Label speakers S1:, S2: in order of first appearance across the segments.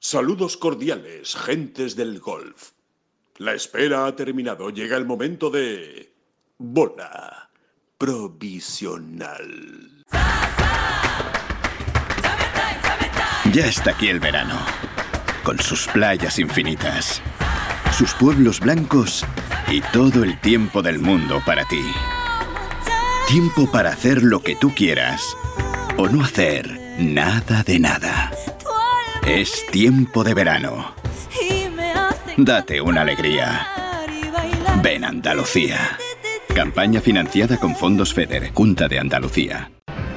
S1: Saludos cordiales, gentes del golf. La espera ha terminado. Llega el momento de... Bola provisional.
S2: Ya está aquí el verano, con sus playas infinitas, sus pueblos blancos y todo el tiempo del mundo para ti. Tiempo para hacer lo que tú quieras o no hacer nada de nada. Es tiempo de verano. Date una alegría. Ven Andalucía. Campaña financiada con fondos FEDER, Junta de Andalucía.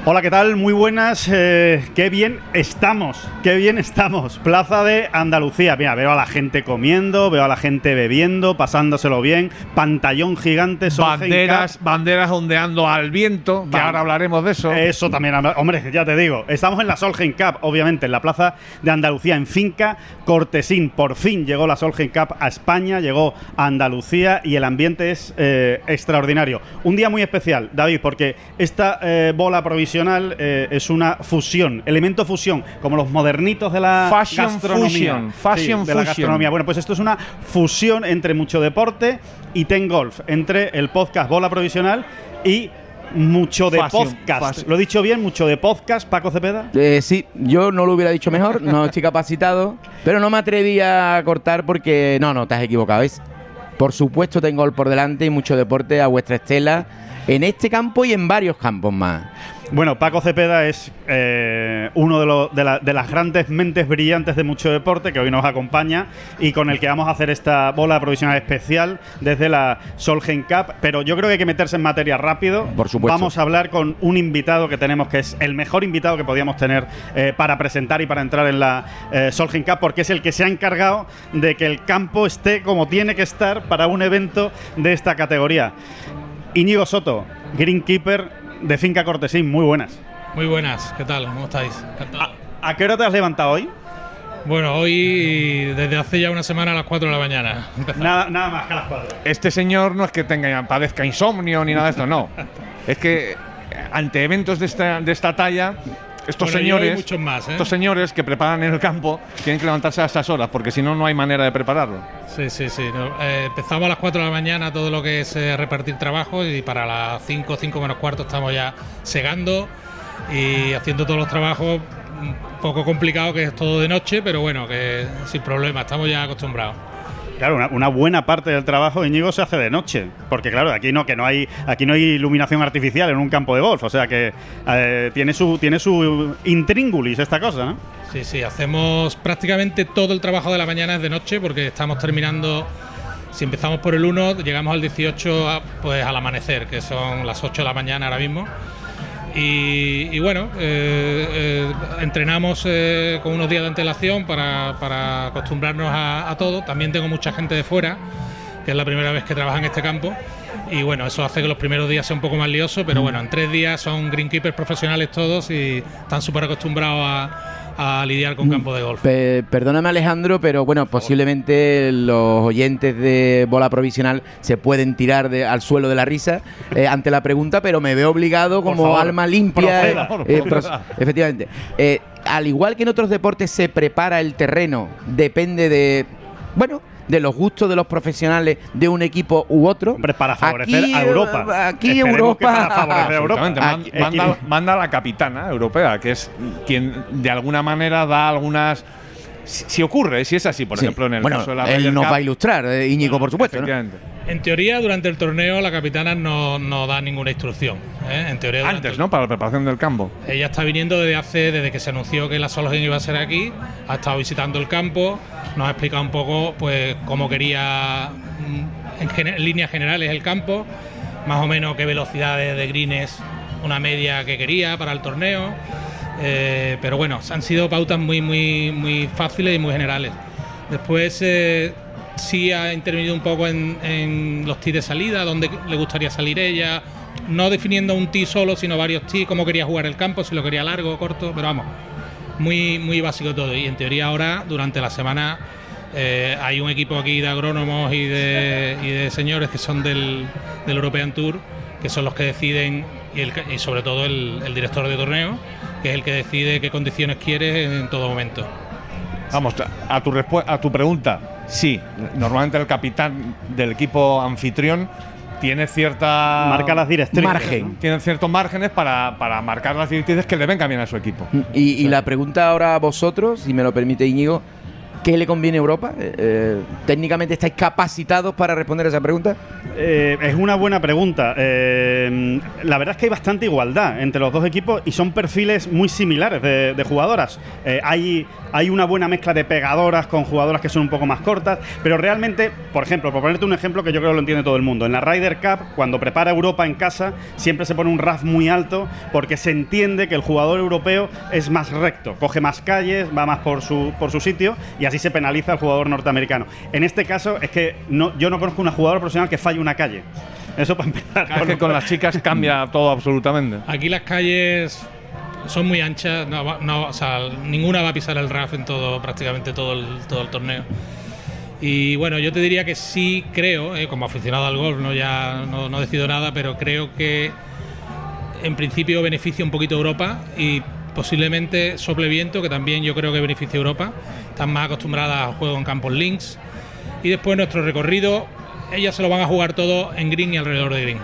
S3: Hola, ¿qué tal? Muy buenas. eh, qué bien estamos. Qué bien estamos. Plaza de Andalucía. Mira, veo a la gente comiendo, veo a la gente bebiendo, pasándoselo bien. Pantallón gigante, Solheim Cup.
S4: Banderas, banderas ondeando al viento, que
S3: Vamos.
S4: ahora hablaremos de eso.
S5: Eh.
S3: Eso también, habla- hombre, ya te digo. Estamos en la Solgen Cup, obviamente, en la plaza de Andalucía, en Finca Cortesín. Por fin llegó la Solgen Cup a España, llegó a Andalucía y el ambiente es eh, extraordinario. Un día muy especial, David, porque esta eh, bola provisional eh, es una fusión, elemento fusión, como los modernitos de la
S4: Fashion
S3: gastronomía.
S4: fusion, fashion
S3: de la
S4: fusion.
S3: gastronomía. Bueno, pues esto es una fusión entre mucho deporte y ten golf, entre el podcast Bola Provisional y mucho de
S4: Fashion,
S3: podcast.
S4: fashion.
S3: Lo he dicho bien, mucho de podcast, Paco Cepeda.
S5: Eh, sí, yo no lo hubiera dicho mejor, no estoy capacitado, pero no me atreví a cortar porque no, no, te has equivocado. Es, por supuesto, tengo el por delante y mucho deporte a vuestra estela en este campo y en varios campos más.
S3: Bueno, Paco Cepeda es eh, uno de, los- de la- de las grandes mentes brillantes de mucho deporte que hoy nos acompaña y con el que vamos a hacer esta bola provisional especial desde la Solgen Cup. Pero yo creo que hay que meterse en materia rápido.
S5: Por supuesto.
S3: Vamos a hablar con un invitado que tenemos que es el mejor invitado que podíamos tener eh, para presentar y para entrar en la eh, Solgen Cup porque es el que se ha encargado de que el campo esté como tiene que estar para un evento de esta categoría. Íñigo Soto, Greenkeeper de Finca Cortesín, muy buenas.
S6: Muy buenas, ¿qué tal? ¿Cómo estáis? Encantado.
S3: ¿A qué hora te has levantado hoy?
S6: Bueno, hoy desde hace ya una semana a las 4 de la mañana. Empezamos.
S3: Nada, nada más que a las cuatro.
S4: Este señor no es que tenga, padezca insomnio ni nada de esto, no. es que eh, ante eventos de esta, de esta talla, estos
S6: Bueno, yo
S4: señores.
S6: y muchos más, ¿eh?
S4: Estos señores que preparan en el campo tienen que levantarse a estas horas, porque si no, no hay manera de prepararlo.
S6: Sí, sí, sí. no, eh, empezamos a las 4 de la mañana todo lo que es eh, repartir trabajo y para las 5, 5 menos cuarto estamos ya segando y haciendo todos los trabajos. Un poco complicado que es todo de noche, pero bueno, que sin problema, estamos ya acostumbrados.
S3: Claro, una, una buena parte del trabajo de Íñigo se hace de noche, porque claro, aquí no, que no hay, aquí no hay iluminación artificial en un campo de golf, o sea que eh, tiene su, tiene su intríngulis esta cosa, ¿no?
S6: Sí, sí, hacemos prácticamente todo el trabajo de la mañana es de noche porque estamos terminando, si empezamos por el 1, llegamos al 18 a- pues al amanecer, que son las 8 de la mañana ahora mismo. Y, y bueno, eh, eh, entrenamos eh, con unos días de antelación para, para acostumbrarnos a, a todo. También tengo mucha gente de fuera, que es la primera vez que trabaja en este campo. Y bueno, eso hace que los primeros días sea un poco más lioso, pero bueno, en tres días son greenkeepers profesionales todos y están súper acostumbrados a, a lidiar con campo de golf.
S5: Pe- perdóname Alejandro, pero bueno, posiblemente los oyentes de bola provisional se pueden tirar de- al suelo de la risa eh, ante la pregunta, pero me veo obligado
S3: Por
S5: como
S3: favor,
S5: alma limpia. eh,
S3: proceda,
S4: proceda.
S5: efectivamente. Eh, al igual que en otros deportes se prepara el terreno, depende de, bueno, de los gustos de los profesionales de un equipo u otro.
S3: Hombre, para favorecer
S5: Aquí,
S3: a
S5: eh,
S3: Europa.
S5: Aquí
S3: Esperemos que
S5: Europa.
S3: Para favorecer a Europa.
S4: Exactamente, man-
S3: Aquí- aquí-
S4: manda, manda a la capitana europea, que es quien de alguna manera da algunas. Si, si ocurre, si es así, por
S5: Sí.
S4: ejemplo, en el
S5: bueno,
S4: caso de la
S5: él
S4: Ryder
S5: nos
S4: Cup,
S5: va a ilustrar, eh, Íñigo, por supuesto. ¿no?
S4: efectivamente.
S6: En teoría, durante el torneo, la capitana no, no da ninguna instrucción. ¿eh? En teoría, durante
S4: Antes,
S6: el-
S4: ¿no? Para la preparación del campo.
S6: Ella está viniendo desde hace, desde que se anunció que la Solheim iba a ser aquí, ha estado visitando el campo, nos ha explicado un poco pues cómo quería mm, en, gene- en líneas generales el campo, más o menos qué velocidades de greens, una media que quería para el torneo. eh, pero bueno, han sido pautas muy, muy, muy fáciles y muy generales. Después eh, sí ha intervenido un poco en, en los tee de salida, dónde le gustaría salir ella, no definiendo un tee solo, sino varios tee, cómo quería jugar el campo, si lo quería largo o corto, pero vamos, muy, muy básico todo. Y en teoría ahora, durante la semana, eh, hay un equipo aquí de agrónomos y de, y de señores que son del, del European Tour, que son los que deciden, y, el ca- y sobre todo el, el director de torneo, que es el que decide qué condiciones quiere en todo momento.
S4: Vamos, a tu, respu- a tu pregunta, sí. Normalmente el capitán del equipo anfitrión tiene cierta.
S3: Marca las directrices.
S5: Margen.
S3: ¿no?
S4: Tiene ciertos márgenes para, para marcar las directrices que le vengan bien a su equipo.
S5: Y, y la pregunta ahora a vosotros, si me lo permite Íñigo, ¿qué le conviene a Europa? Eh, eh, ¿Técnicamente estáis capacitados para responder a esa pregunta?
S3: Eh, es una buena pregunta. Eh, la verdad es que hay bastante igualdad entre los dos equipos y son perfiles muy similares de, de jugadoras. Eh, hay, hay una buena mezcla de pegadoras con jugadoras que son un poco más cortas, pero realmente, por ejemplo, por ponerte un ejemplo que yo creo que lo entiende todo el mundo, en la Ryder Cup, cuando prepara Europa en casa, siempre se pone un RAF muy alto porque se entiende que el jugador europeo es más recto, coge más calles, va más por su, por su sitio y así se penaliza al jugador norteamericano. En este caso es que no, yo no conozco una jugadora profesional que falle una calle. Eso para empezar.
S4: Es que con las chicas cambia todo absolutamente.
S6: Aquí las calles son muy anchas, no, va- no, o sea, ninguna va a pisar el RAF en todo, prácticamente todo el, todo el torneo. Y bueno, yo te diría que sí creo, eh, como aficionado al golf, no ya no, no decido nada, pero creo que en principio beneficia un poquito a Europa y posiblemente sople viento, que también yo creo que beneficia a Europa. Están más acostumbradas al juego en campos links. Y después nuestro recorrido, ellas se lo van a jugar todo en green y alrededor de green.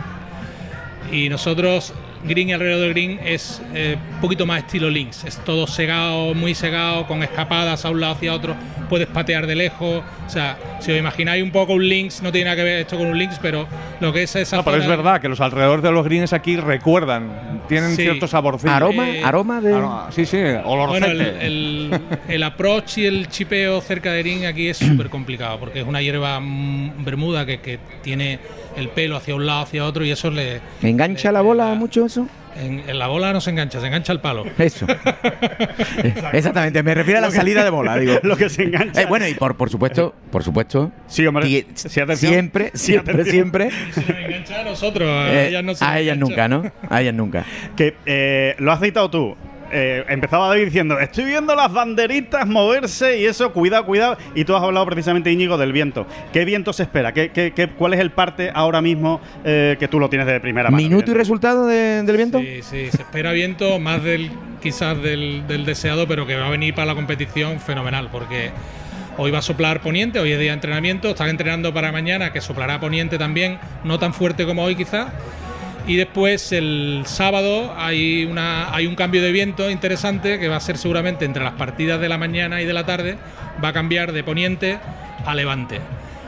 S6: Y nosotros, green y alrededor de green es eh, un poquito más estilo links. Es todo segado, muy segado, con escapadas a un lado hacia otro. Puedes patear de lejos. O sea, si os imagináis un poco un links, no tiene nada que ver esto con un links, pero lo que es esa.
S4: No, pero
S6: zona-
S4: es verdad que los alrededores de los greens aquí recuerdan, tienen
S6: Sí.
S4: cierto saborcillo.
S5: ¿Aroma?
S6: eh,
S5: ¿Aroma de...?
S4: Aroma, Sí, sí, olorcete.
S6: Bueno, el, el, el approach y el chipeo cerca de Green aquí es súper complicado porque es una hierba mm, bermuda que, que tiene el pelo hacia un lado, hacia otro y eso le.
S5: ¿Engancha
S6: le-
S5: la
S6: le
S5: bola
S6: da-
S5: mucho eso?
S6: En, en la bola no se engancha, se engancha el palo.
S5: Eso. Eh, Exactamente, me refiero a la salida de bola, digo.
S3: lo que se engancha.
S5: Eh, bueno, y por, por supuesto, por supuesto,
S3: sí, hombre.
S5: tie-
S3: sí, atención.
S5: siempre,
S3: Sí,
S5: siempre,
S3: atención.
S5: siempre,
S6: Se nos engancha a nosotros, a
S5: eh,
S6: ellas no se nos
S5: a ellas
S6: engancha.
S5: nunca, ¿no? A ellas nunca.
S3: Que eh, lo has citado tú. Eh, empezaba David diciendo, estoy viendo las banderitas moverse y eso, cuidado, cuidado. Y tú has hablado precisamente, Íñigo, del viento. ¿Qué viento se espera? ¿Qué, qué- qué- cuál es el parte ahora mismo eh, que tú lo tienes de primera mano?
S5: ¿Minuto y
S3: evidentemente?
S5: resultado de- del viento?
S6: Sí, sí, se espera viento más del quizás del, del deseado, pero que va a venir para la competición fenomenal, porque hoy va a soplar poniente, hoy es día de entrenamiento, están entrenando para mañana, que soplará poniente también, no tan fuerte como hoy quizás. Y después el sábado hay, una, hay un cambio de viento interesante que va a ser seguramente entre las partidas de la mañana y de la tarde, va a cambiar de poniente a levante.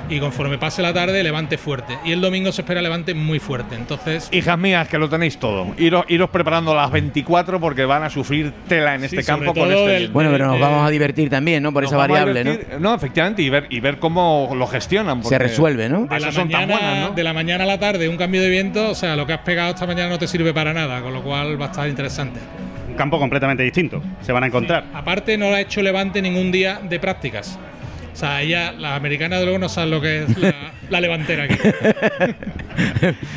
S6: Y conforme pase la tarde, levante fuerte. Y el domingo se espera levante muy fuerte. Entonces,
S4: Hijas mías, que lo tenéis todo. Iros, iros preparando las 24 porque van a sufrir tela en
S6: Sí,
S4: este
S6: sobre
S4: campo con
S6: todo
S4: este
S6: el-
S4: viento.
S5: Bueno, pero nos
S6: Eh,
S5: vamos a divertir también, ¿no? Por
S4: Nos
S5: esa
S4: vamos a
S5: variable, ¿no?
S4: divertir- ¿no? efectivamente, y ver, y ver cómo lo gestionan.
S5: Se
S4: porque-
S5: resuelve, ¿no?
S6: de la,
S4: Esas son tan
S6: mañana,
S4: buenas, ¿no?
S6: de la mañana a la tarde un cambio de viento, o sea, lo que has pegado esta mañana no te sirve para nada, con lo cual va a estar interesante.
S3: Un campo completamente distinto. Se van a encontrar.
S6: Aparte, no la ha hecho Levante ningún día de prácticas. O sea, ella, las americanas de luego no saben lo que es la, la levantera aquí.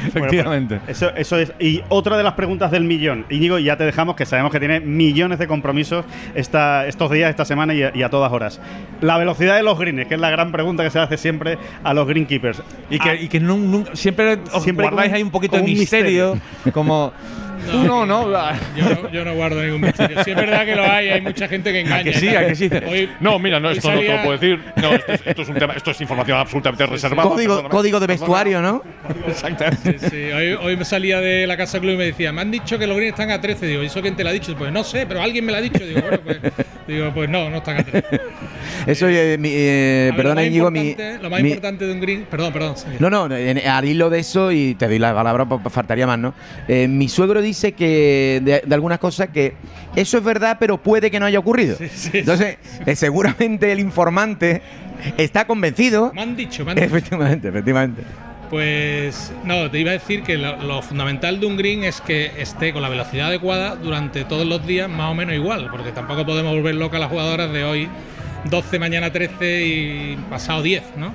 S4: Efectivamente.
S3: pues, Eso, eso es. Y otra de las preguntas del millón. Íñigo, ya te dejamos que sabemos que tiene millones de compromisos esta, estos días, esta semana y a, y a todas horas. La velocidad de los greens, que es la gran pregunta que se hace siempre a los greenkeepers.
S5: pues,
S4: Y
S5: ah.
S4: que, y que nun- nun- siempre os
S3: Siempre
S4: guardáis
S3: como-
S4: ahí un poquito de
S3: como un
S4: misterio. Como. Tú no, no.
S6: Yo no, yo no guardo ningún misterio. Sí es verdad que lo hay, hay mucha gente que engaña.
S4: que
S6: y
S4: sí,
S6: tal.
S4: a que sí.
S6: Hoy-
S7: No, mira, no,
S6: hoy
S7: esto no te lo
S6: salía-
S7: puedo decir. No, esto es, esto es un tema, esto es información absolutamente reservada.
S5: Código,
S7: perdóname.
S5: código de vestuario, ¿no?
S4: Exactamente.
S6: Sí, hoy, hoy me salía de la casa club y me decía, me han dicho que los greens están a 13. Digo, ¿y eso quién te lo ha dicho? Pues no sé, pero alguien me lo ha dicho. Digo, bueno, pues, digo, pues no, no están a 13.
S5: Eso, eh, mi, eh,
S6: A ver,
S5: perdona,
S6: lo más
S5: Íñigo, mi.
S6: importante- Lo más
S5: mi-
S6: importante de un green. Perdón, perdón. sí.
S5: No, no, en- al hilo de eso, y te doy la palabra, pa- pa- faltaría más, ¿no? Eh, mi suegro dice que de, de algunas cosas que eso es verdad, pero puede que no haya ocurrido. Entonces, eh, seguramente el informante está convencido.
S6: Me han dicho, me han dicho.
S5: Efectivamente, efectivamente.
S6: Pues no, te iba a decir que lo, lo fundamental de un green es que esté con la velocidad adecuada durante todos los días más o menos igual, porque tampoco podemos volver locas a las jugadoras de hoy 12, mañana 13 y pasado 10, ¿no?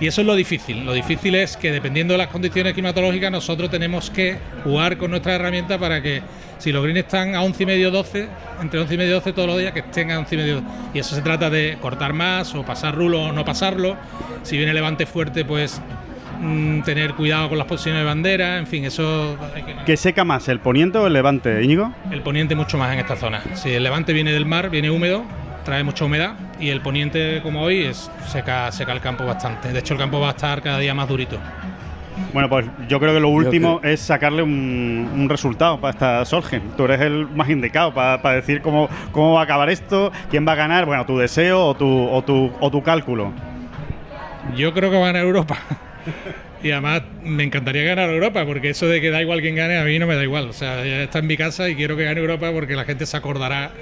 S6: Y eso es lo difícil. Lo difícil es que dependiendo de las condiciones climatológicas nosotros tenemos que jugar con nuestra herramienta para que si los greens están a 11 y medio 12, entre 11 y medio 12 todos los días que estén a 11 y medio. Y eso se trata de cortar más o pasar rulo o no pasarlo. Si viene levante fuerte pues mm, tener cuidado con las posiciones de bandera, en fin, eso hay que-
S3: ¿Que seca más, el poniente o el levante, Íñigo?
S6: el poniente mucho más en esta zona. Si el levante viene del mar, viene húmedo, trae mucha humedad y el poniente como hoy es seca, seca el campo bastante. De hecho el campo va a estar cada día más durito.
S3: Bueno, pues yo creo que lo último es sacarle un, un resultado para esta Solgen. Tú eres el más indicado para, para decir cómo, cómo va a acabar esto, quién va a ganar, bueno, tu deseo o tu, o tu, o tu cálculo.
S6: Yo creo que va a ganar Europa. Y además me encantaría ganar Europa, porque eso de que da igual quien gane, a mí no me da igual. O sea, ya está en mi casa y quiero que gane Europa porque la gente se acordará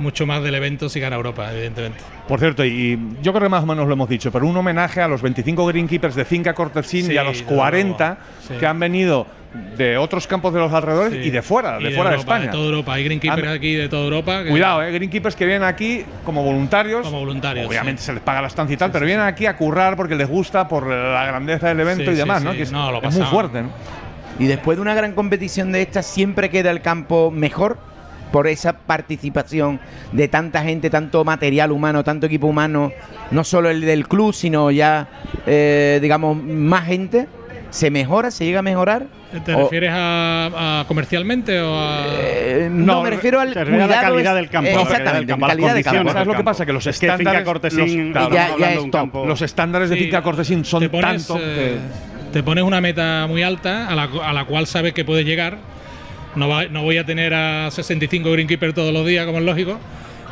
S6: mucho más del evento si gana Europa, evidentemente.
S4: Por cierto, y yo creo que más o menos lo hemos dicho, pero un homenaje a los 25 greenkeepers de Finca Cortesín
S6: Sí,
S4: y a los
S6: desde
S4: 40
S6: luego, sí.
S4: que han venido de otros campos de los alrededores
S6: Sí.
S4: y de fuera,
S6: Y
S4: de fuera de,
S6: Europa,
S4: España.
S6: De toda Europa. Hay greenkeepers
S4: Anda.
S6: aquí de toda Europa. que-
S4: Cuidado, eh, greenkeepers que vienen aquí como voluntarios.
S6: Como voluntarios,
S4: Obviamente
S6: sí.
S4: se les paga la estancia y tal, pero vienen aquí a currar porque les gusta por la grandeza del evento
S6: Sí,
S4: y demás,
S6: sí,
S4: ¿no?
S6: sí.
S4: Que es,
S6: No, lo
S4: es muy
S6: pasamos.
S4: fuerte, ¿no?
S5: Y después de una gran competición de esta, siempre queda el campo mejor por esa participación de tanta gente, tanto material humano, tanto equipo humano, no solo el del club, sino ya, eh, digamos, más gente. ¿Se mejora? ¿Se llega a mejorar?
S3: Eh,
S6: ¿Te
S5: O-
S6: refieres a, a comercialmente o a.?
S5: Eh, no,
S4: No,
S5: me refiero al
S3: se refiere a la
S5: cuidado
S3: calidad
S5: es-
S3: del campo,
S5: eh,
S3: la calidad del
S5: Exactamente,
S3: campo, las
S5: calidad de
S3: condiciones.
S5: campo.
S4: ¿Sabes lo
S3: campo.
S4: que pasa? Que los
S3: Es que Finca
S4: estándares.
S3: Cortesín,
S4: los-
S3: claro,
S5: Ya-
S3: estamos hablando
S5: ya es
S3: de un
S5: top.
S3: campo-
S4: Los estándares de
S6: Sí,
S4: Finca Cortesín son
S6: te pones,
S4: tanto
S6: eh,
S4: que.
S6: Te pones una meta muy alta a la, cu- a la cual sabes que puedes llegar. No, va- no voy a tener a 65 greenkeeper todos los días, como es lógico.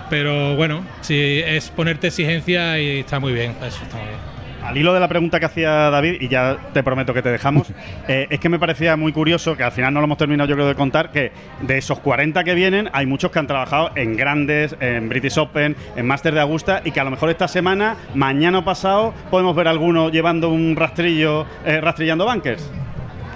S6: Pero bueno, si es ponerte exigencia y está muy bien. Eso está muy bien.
S3: Al hilo de la pregunta que hacía David, y ya te prometo que te dejamos, eh, es que me parecía muy curioso, que al final no lo hemos terminado yo creo de contar, que de esos 40 que vienen, hay muchos que han trabajado en grandes, en British Open, en Master de Augusta, y que a lo mejor esta semana, mañana o pasado, podemos ver alguno llevando un rastrillo, eh, rastrillando bunkers.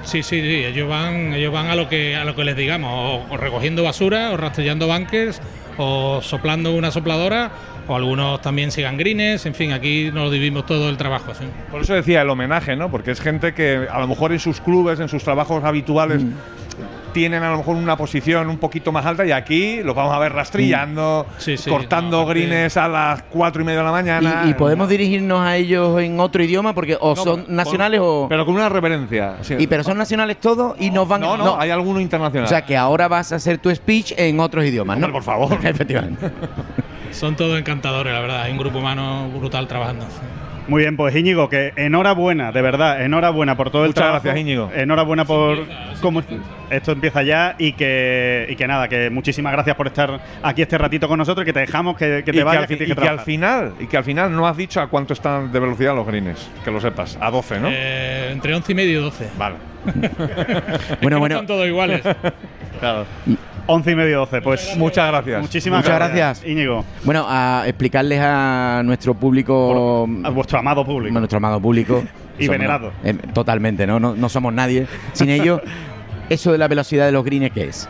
S6: Sí, sí, sí. Ellos van, ellos van a lo que a lo que les digamos, o, o recogiendo basura, o rastrillando bunkers, o soplando una sopladora, o algunos también sigan grines. En fin, aquí nos dividimos todo el trabajo. sí.
S4: Por eso decía el homenaje, ¿no? Porque es gente que a lo mejor en sus clubes, en sus trabajos habituales,
S5: Mm.
S4: tienen a lo mejor una posición un poquito más alta y aquí los vamos a ver rastrillando,
S6: Mm. Sí, sí,
S4: cortando
S6: no, aparte-
S4: greens a las 4 y media de la mañana.
S5: Y, y podemos dirigirnos a ellos en otro idioma porque o
S4: No,
S5: son
S4: pero-
S5: nacionales o...
S4: Pero con una reverencia. sí.
S5: y pero son nacionales todos y nos van...
S4: no, no, hay alguno internacional.
S5: O sea que ahora vas a hacer tu speech en otros idiomas, ¿no?
S4: Hombre, por favor.
S5: Efectivamente.
S6: Son todos encantadores, la verdad. Hay un grupo humano brutal trabajando. sí.
S3: Muy bien, pues Íñigo, que enhorabuena, de verdad, enhorabuena por todo el
S4: Muchas
S3: trabajo.
S4: gracias, Íñigo.
S3: Enhorabuena por cómo esto empieza ya y que, y que nada, que muchísimas gracias por estar aquí este ratito con nosotros, que te dejamos que, que
S4: y
S3: te vayas,
S4: al
S3: que
S4: fi-
S3: tienes
S4: y
S3: que
S4: que al
S3: trabajar.
S4: final, y que al final no has dicho a cuánto están de velocidad los greens, que lo sepas, a 12, ¿no?
S6: Eh, entre 11 y medio y 12.
S4: Vale.
S5: bueno,
S6: No
S5: bueno.
S6: Son todos iguales.
S3: 11 y medio 12, pues
S4: Muchas gracias.
S3: muchísimas
S5: Muchas
S3: gracias,
S5: gracias.
S3: Íñigo,
S5: Bueno, a explicarles a nuestro público,
S3: a vuestro amado
S5: a
S3: público.
S5: nuestro amado público.
S3: Y
S5: somos-
S3: venerado.
S5: eh, totalmente, ¿no? ¿no? No somos nadie. Sin ellos, eso de la velocidad de los greens, ¿qué es?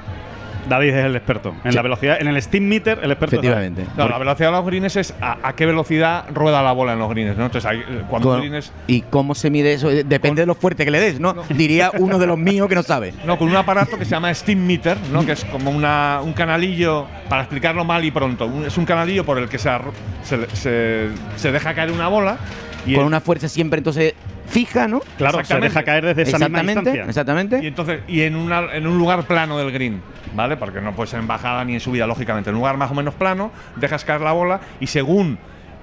S3: David es el experto en la velocidad, en el steam meter, el experto. es David.
S5: Efectivamente.
S4: No, la velocidad de los greens es a, a qué velocidad rueda la bola en los greens, ¿no? Entonces, hay- cuando
S5: Con-
S4: un greens…
S5: ¿Y cómo se mide eso? Eh, Depende de lo fuerte que le des, ¿no? Diría uno de los míos que no sabe.
S4: No, con un aparato que se llama Steam Meter, ¿no? que es como una, un canalillo, para explicarlo mal y pronto, un- es un canalillo por el que se, arro- se, le- se- se deja caer una bola y,
S5: Con
S4: el-
S5: una fuerza siempre, entonces, fija, ¿no?
S3: Claro, se
S4: Exactamente.
S3: deja caer desde esa misma
S5: exactamente,
S3: distancia.
S4: y
S5: exactamente.
S4: entonces y en, una- en un lugar plano del green, ¿vale? Porque no puede ser en bajada ni en subida, lógicamente. En un lugar más o menos plano, dejas caer la bola y según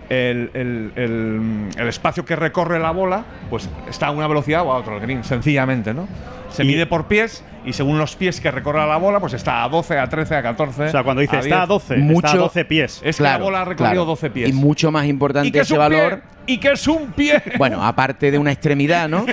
S4: el, el- el- el espacio que recorre la bola, pues está a una velocidad o a otro el green, sencillamente, ¿no? Se
S3: Y-
S4: mide por pies y según los pies que recorre la bola, pues está a 12, a 13, a 14.
S3: O sea, cuando dice
S4: a
S3: está a
S4: 10.
S3: 12, está a
S5: Mucho-
S3: 12 pies.
S4: Es que la bola ha recorrido 12 pies.
S5: Y mucho más
S4: Y
S5: importante
S4: que es
S5: ese
S4: un pie,
S5: valor.
S4: y que es un pie.
S5: Bueno, aparte de una extremidad, ¿no?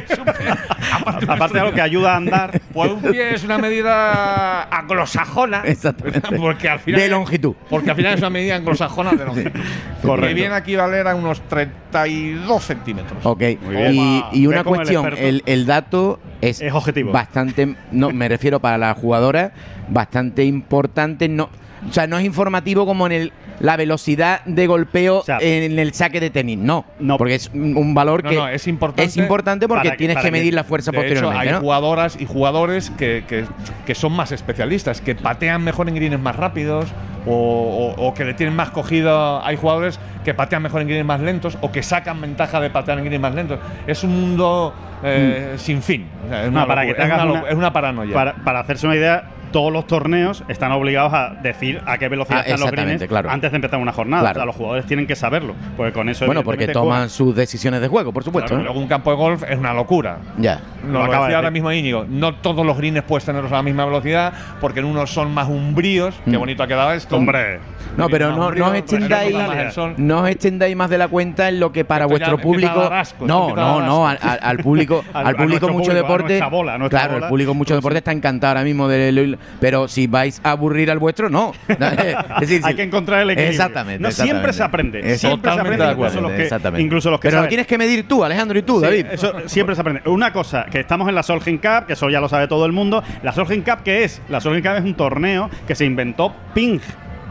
S3: Aparte de algo que ayuda a andar.
S4: Pues un pie es una medida anglosajona.
S5: Exactamente.
S4: Porque al final
S5: De longitud.
S4: Porque al final es una medida anglosajona de longitud. Que
S3: Correcto.
S4: viene a equivaler a unos 32 centímetros.
S5: Ok,
S3: bien.
S5: y, y
S3: Ve
S5: una
S3: como el
S5: cuestión,
S3: experto.
S5: el, el dato es,
S3: Es objetivo.
S5: bastante, no, me refiero para la jugadora, bastante importante, no, o sea, no es informativo como en el, la velocidad de golpeo
S3: O sea,
S5: en el saque de tenis, no,
S3: No.
S5: porque es un un valor
S4: No,
S5: que
S4: no, es importante
S5: es importante porque
S3: para que-
S5: tienes
S3: para
S5: que
S3: que-
S5: medir la fuerza
S4: De hecho, hay
S5: posteriormente, ¿no?
S4: jugadoras y jugadores que, que- que son más especialistas, que patean mejor en greens más rápidos o, o- o que le tienen más cogido. Hay jugadores que patean mejor en greens más lentos o que sacan ventaja de patear en greens más lentos. Es un mundo eh, sin fin. O sea, es,
S3: Mm. No,
S4: una
S3: para
S4: locura,
S3: que te
S4: es
S3: hagas
S4: una
S3: una-
S4: locu- es una paranoia.
S3: Para, para hacerse una idea, todos los torneos están obligados a decir a qué velocidad
S5: Ah,
S3: están los
S5: exactamente,
S3: greens
S5: claro.
S3: antes de empezar una jornada.
S5: Claro.
S3: O sea, los jugadores tienen que saberlo. Porque con eso.
S5: Bueno, porque
S3: evidentemente,
S5: toman sus decisiones de juego, por
S4: Claro,
S5: supuesto. ¿no?
S4: Luego un campo de golf es una locura.
S5: Ya.
S4: Nos lo,
S3: Lo acaba de
S4: decía ahora
S3: decir.
S4: mismo Íñigo, no todos los greens puedes tenerlos a la misma velocidad, porque en unos son más umbríos, qué
S5: Mm.
S4: bonito ha quedado esto.
S3: juegan. Hombre.
S5: No, pero
S4: Más
S5: no,
S4: umbrío,
S5: no os
S4: otro- en otro
S5: extendáis,
S4: da más el sol.
S5: no os extendáis más de la cuenta en lo que para
S4: Esto ya
S5: vuestro
S4: empieza a
S5: público.
S4: dar asco, esto
S5: no,
S4: empieza a
S5: no,
S4: dar
S5: no, al,
S4: asco.
S5: al- al público,
S3: Al-
S5: al,
S3: a
S5: público
S3: nuestro
S5: mucho
S3: público, a
S5: deporte.
S3: nuestra bola, a nuestra
S5: claro,
S3: bola.
S5: el público mucho deporte está encantado ahora mismo de lo- pero si vais a aburrir al vuestro, no. es decir,
S3: Hay
S5: sí.
S3: que encontrar el equilibrio.
S5: Exactamente.
S3: No siempre
S5: exactamente.
S3: se aprende. Siempre se
S4: Totalmente
S3: aprende
S4: de
S3: incluso
S4: acuerdo,
S3: los que,
S5: exactamente.
S3: incluso los que
S5: Pero lo
S3: saben.
S5: tienes que medir tú, Alejandro, y tú,
S3: Sí,
S5: David.
S3: Eso siempre se aprende. Una cosa, que estamos en la Solheim Cup, que eso ya lo sabe todo el mundo. ¿La Solheim Cup qué es? La Solheim Cup es un torneo que se inventó Ping.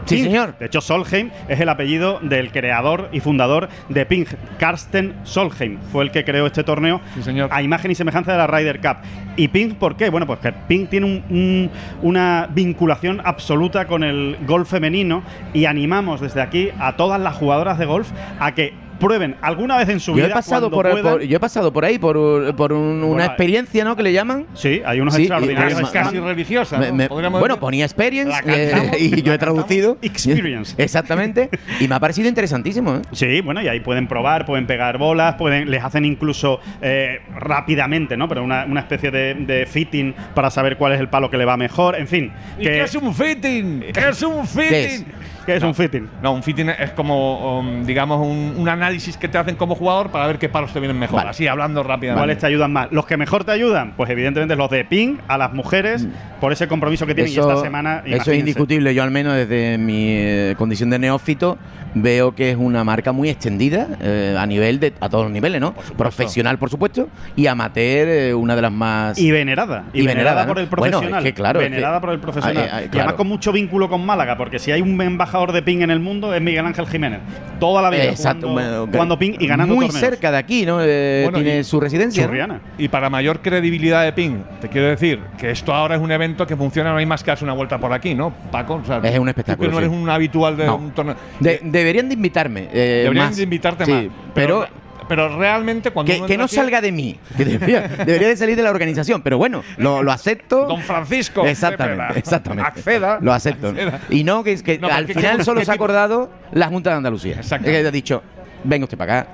S5: Sí,
S3: Ping.
S5: señor.
S3: De hecho, Solheim es el apellido del creador y fundador de Ping, Carsten Solheim. Fue el que creó este torneo
S4: Sí, señor.
S3: a imagen y semejanza de la Ryder Cup. ¿Y Ping por qué? Bueno, pues que Ping tiene un- un- una vinculación absoluta con el golf femenino y animamos desde aquí a todas las jugadoras de golf a que prueben alguna vez en su
S5: Yo
S3: vida
S5: he pasado
S3: cuando
S5: por, por-
S3: puedan,
S5: yo he pasado por ahí por, un- por un- una
S3: Bueno,
S5: experiencia, ¿no? Que le llaman.
S3: Sí, hay unos
S5: Sí, y-
S3: extraordinarios.
S5: es
S4: es casi
S3: Están-
S4: religiosa.
S5: Me-
S4: ¿no?
S5: me-
S4: Podríamos
S5: bueno,
S4: decir.
S5: pues ponía experience
S4: La cantamos,
S5: eh, y yo he traducido.
S3: Experience.
S5: Exactamente. Y me ha parecido interesantísimo. ¿eh?
S3: Sí, bueno, y ahí pueden probar, pueden pegar bolas, pueden, les hacen incluso eh, rápidamente, ¿no? Pero una, una especie de, de fitting para saber cuál es el palo que le va mejor, en fin.
S4: ¿Y qué
S3: Que,
S4: es un fitting? ¿Qué es un
S5: ¿Qué
S4: fitting?
S5: es?
S3: que es un fitting.
S4: No, un fitting es como, um, digamos, un, un análisis que te hacen como jugador para ver qué palos te vienen mejor.
S5: Vale.
S4: Así, hablando rápidamente.
S3: ¿Cuáles te ayudan más? Los que mejor te ayudan, pues evidentemente los de ping a las mujeres por ese compromiso que tienen y esta semana.
S5: Mm. eso es
S3: imagínense.
S5: indiscutible. Yo al menos desde mi eh, condición de neófito veo que es una marca muy extendida eh, a nivel de a todos los niveles, ¿no? Profesional, por supuesto, y amateur, eh, una de las más.
S3: Y venerada. Y,
S5: Y
S3: venerada,
S5: venerada,
S3: por
S5: ¿no?
S3: el
S5: Bueno, es
S3: profesional.
S5: que claro, es que-
S3: Venerada por el profesional.
S5: Ay, ay,
S3: Y además
S5: claro.
S3: con mucho vínculo con Málaga, porque si hay un embajador de ping en el mundo es Miguel Ángel Jiménez. Toda la vida
S5: eh, Exacto,
S3: jugando,
S5: bueno,
S3: jugando ping y ganando
S5: Muy
S3: torneos.
S5: cerca de aquí, ¿no? Eh,
S4: Bueno,
S5: tiene
S4: y-
S5: su residencia. ¿no?
S3: Churriana.
S4: Y para mayor credibilidad de ping, te quiero decir que esto ahora es un evento que funciona, no hay más que darse una vuelta por aquí, ¿no, Paco? O sea,
S5: Es un
S4: tú
S5: espectáculo,
S4: Que no
S5: sí.
S4: eres un habitual de
S5: No.
S4: un torneo. Eh,
S5: De- deberían de invitarme. eh,
S4: Deberían
S5: más.
S4: de invitarte
S5: Sí,
S4: más.
S5: Pero,
S4: pero realmente cuando.
S5: que,
S4: uno
S5: que
S4: entra
S5: no
S4: aquí-
S5: salga de mí. Que debería, debería de salir de la organización. Pero bueno, lo, lo acepto.
S4: Don Francisco.
S5: Exactamente,
S4: Cepeda.
S5: exactamente.
S4: Acceda.
S5: Lo acepto.
S4: Acceda.
S5: Y no, que, es que
S4: No,
S5: al
S4: ¿qué-
S5: final
S4: qué-
S5: solo
S4: qué
S5: se ha
S4: tipo?
S5: acordado la Junta de Andalucía.
S4: Exacto.
S5: Es que ha dicho, venga usted para acá.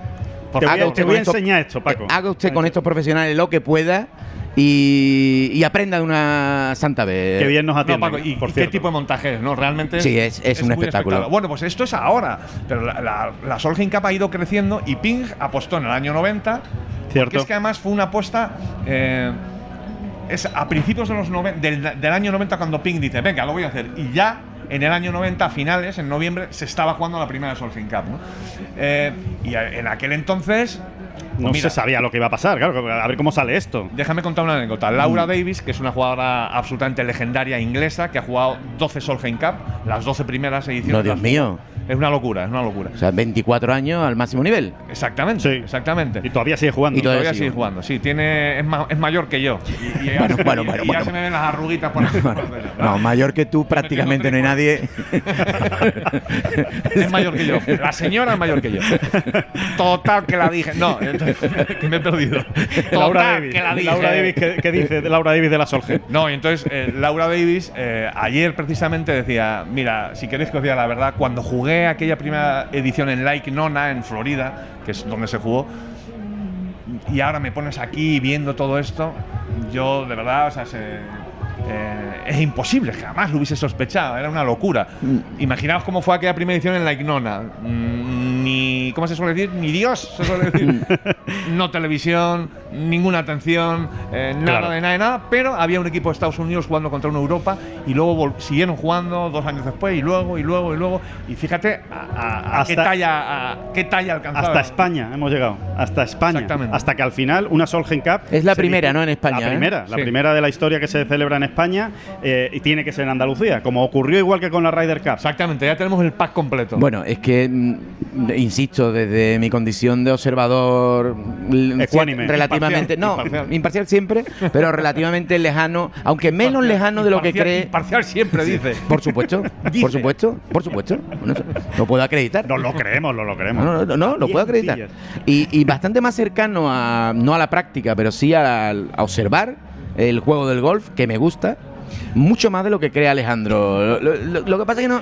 S4: Por
S3: Te voy a-
S5: haga
S4: favor.
S5: usted
S3: te voy a
S5: con esto-
S3: enseñar esto, Paco.
S5: eh, Haga usted con estos profesionales lo que pueda y, y aprenda de una santa vez.
S3: Qué bien nos
S4: No,
S3: atienden.
S4: Paco, ¿y,
S3: por
S4: y qué
S3: cierto.
S4: tipo de montaje es? No, realmente
S5: Sí, es- es un
S4: muy
S5: espectáculo.
S4: Bueno, pues esto es ahora, pero la, la, la Solheim Cup ha ido creciendo y Ping apostó en el año 90.
S3: Cierto.
S4: Que es que además fue una apuesta eh, es a principios de los noven- del, del año 90 cuando Ping dice, venga, lo voy a hacer. Y ya en el año 90, a finales, en noviembre, se estaba jugando la primera Solheim Cup. ¿no? Eh, y a- en aquel entonces pues
S3: No
S4: Mira.
S3: se sabía lo que iba a pasar, claro. A ver cómo sale esto.
S4: Déjame contar una anécdota. Laura
S3: Mm.
S4: Davis, que es una jugadora absolutamente legendaria inglesa, que ha jugado 12 Solheim Cup, las 12 primeras ediciones.
S5: No, Dios
S4: las-
S5: mío.
S4: Es una locura, es una locura.
S5: O sea, 24 años al máximo nivel.
S4: Exactamente,
S3: Sí.
S4: exactamente.
S3: Y todavía sigue jugando.
S5: Y todavía-
S4: Todavía
S5: sigue
S4: sigue jugando, sí, tiene, es, ma- es mayor que yo. Y, y-
S5: Bueno,
S4: y-
S5: bueno,
S4: y
S5: bueno,
S4: ya
S5: bueno.
S4: se me ven las arruguitas por aquí.
S5: No, mayor que tú prácticamente no hay nadie.
S4: es mayor que yo. La señora es mayor que yo. Total que la dije. No, que me he perdido. Total
S3: Laura Davis.
S4: que la dije.
S3: Laura Davis, ¿qué, qué dice de Laura Davis de la Solheim?
S4: No, y entonces eh, Laura Davis eh, ayer precisamente decía, mira, si queréis que os diga la verdad, cuando jugué aquella primera edición en Lake Nona, en Florida, que es donde se jugó, y ahora me pones aquí viendo todo esto, yo de verdad, o sea, se- eh, es imposible, jamás lo hubiese sospechado, era una locura.
S3: Mm.
S4: Imaginaos cómo fue aquella primera edición en la Ignona. Mm, Ni, ¿cómo se suele decir? Ni Dios, se suele decir. no televisión, ninguna atención, eh, nada
S3: Claro.
S4: de nada de nada, pero había un equipo de Estados Unidos jugando contra una Europa y luego vol- siguieron jugando dos años después y luego y luego y luego. Y fíjate a, a- a qué,
S3: Hasta-
S4: talla, a qué talla alcanzaba.
S3: Hasta España hemos llegado. Hasta España.
S4: Exactamente.
S3: Hasta que al final una Solgen Cup.
S5: Es la
S3: se
S5: primera,
S3: dice-
S5: ¿no? En España,
S3: La
S5: ¿eh?
S3: primera. La
S4: Sí.
S3: primera de la historia que se celebra en España eh, y tiene que ser en Andalucía. Como ocurrió igual que con la Ryder Cup.
S4: Exactamente, ya tenemos el pack completo.
S5: Bueno, es que, mm, insisto, desde mi condición de observador l-
S3: Ecuánime.
S5: relativamente,
S4: Imparcial,
S5: no,
S4: imparcial.
S5: imparcial. siempre, pero relativamente lejano, aunque menos lejano de lo que
S4: Imparcial-
S5: cree.
S4: Imparcial siempre dice.
S5: Por supuesto,
S4: Dice.
S5: por supuesto, por supusto. No, lo puedo acreditar.
S3: No lo creemos, no lo creemos.
S5: No, no, no, no, lo puedo acreditar. Y, y bastante más cercano a, no a la práctica, pero sí al- a, observar el juego del golf, que me gusta. mucho más de lo que cree Alejandro. Lo, lo- lo que pasa es que no.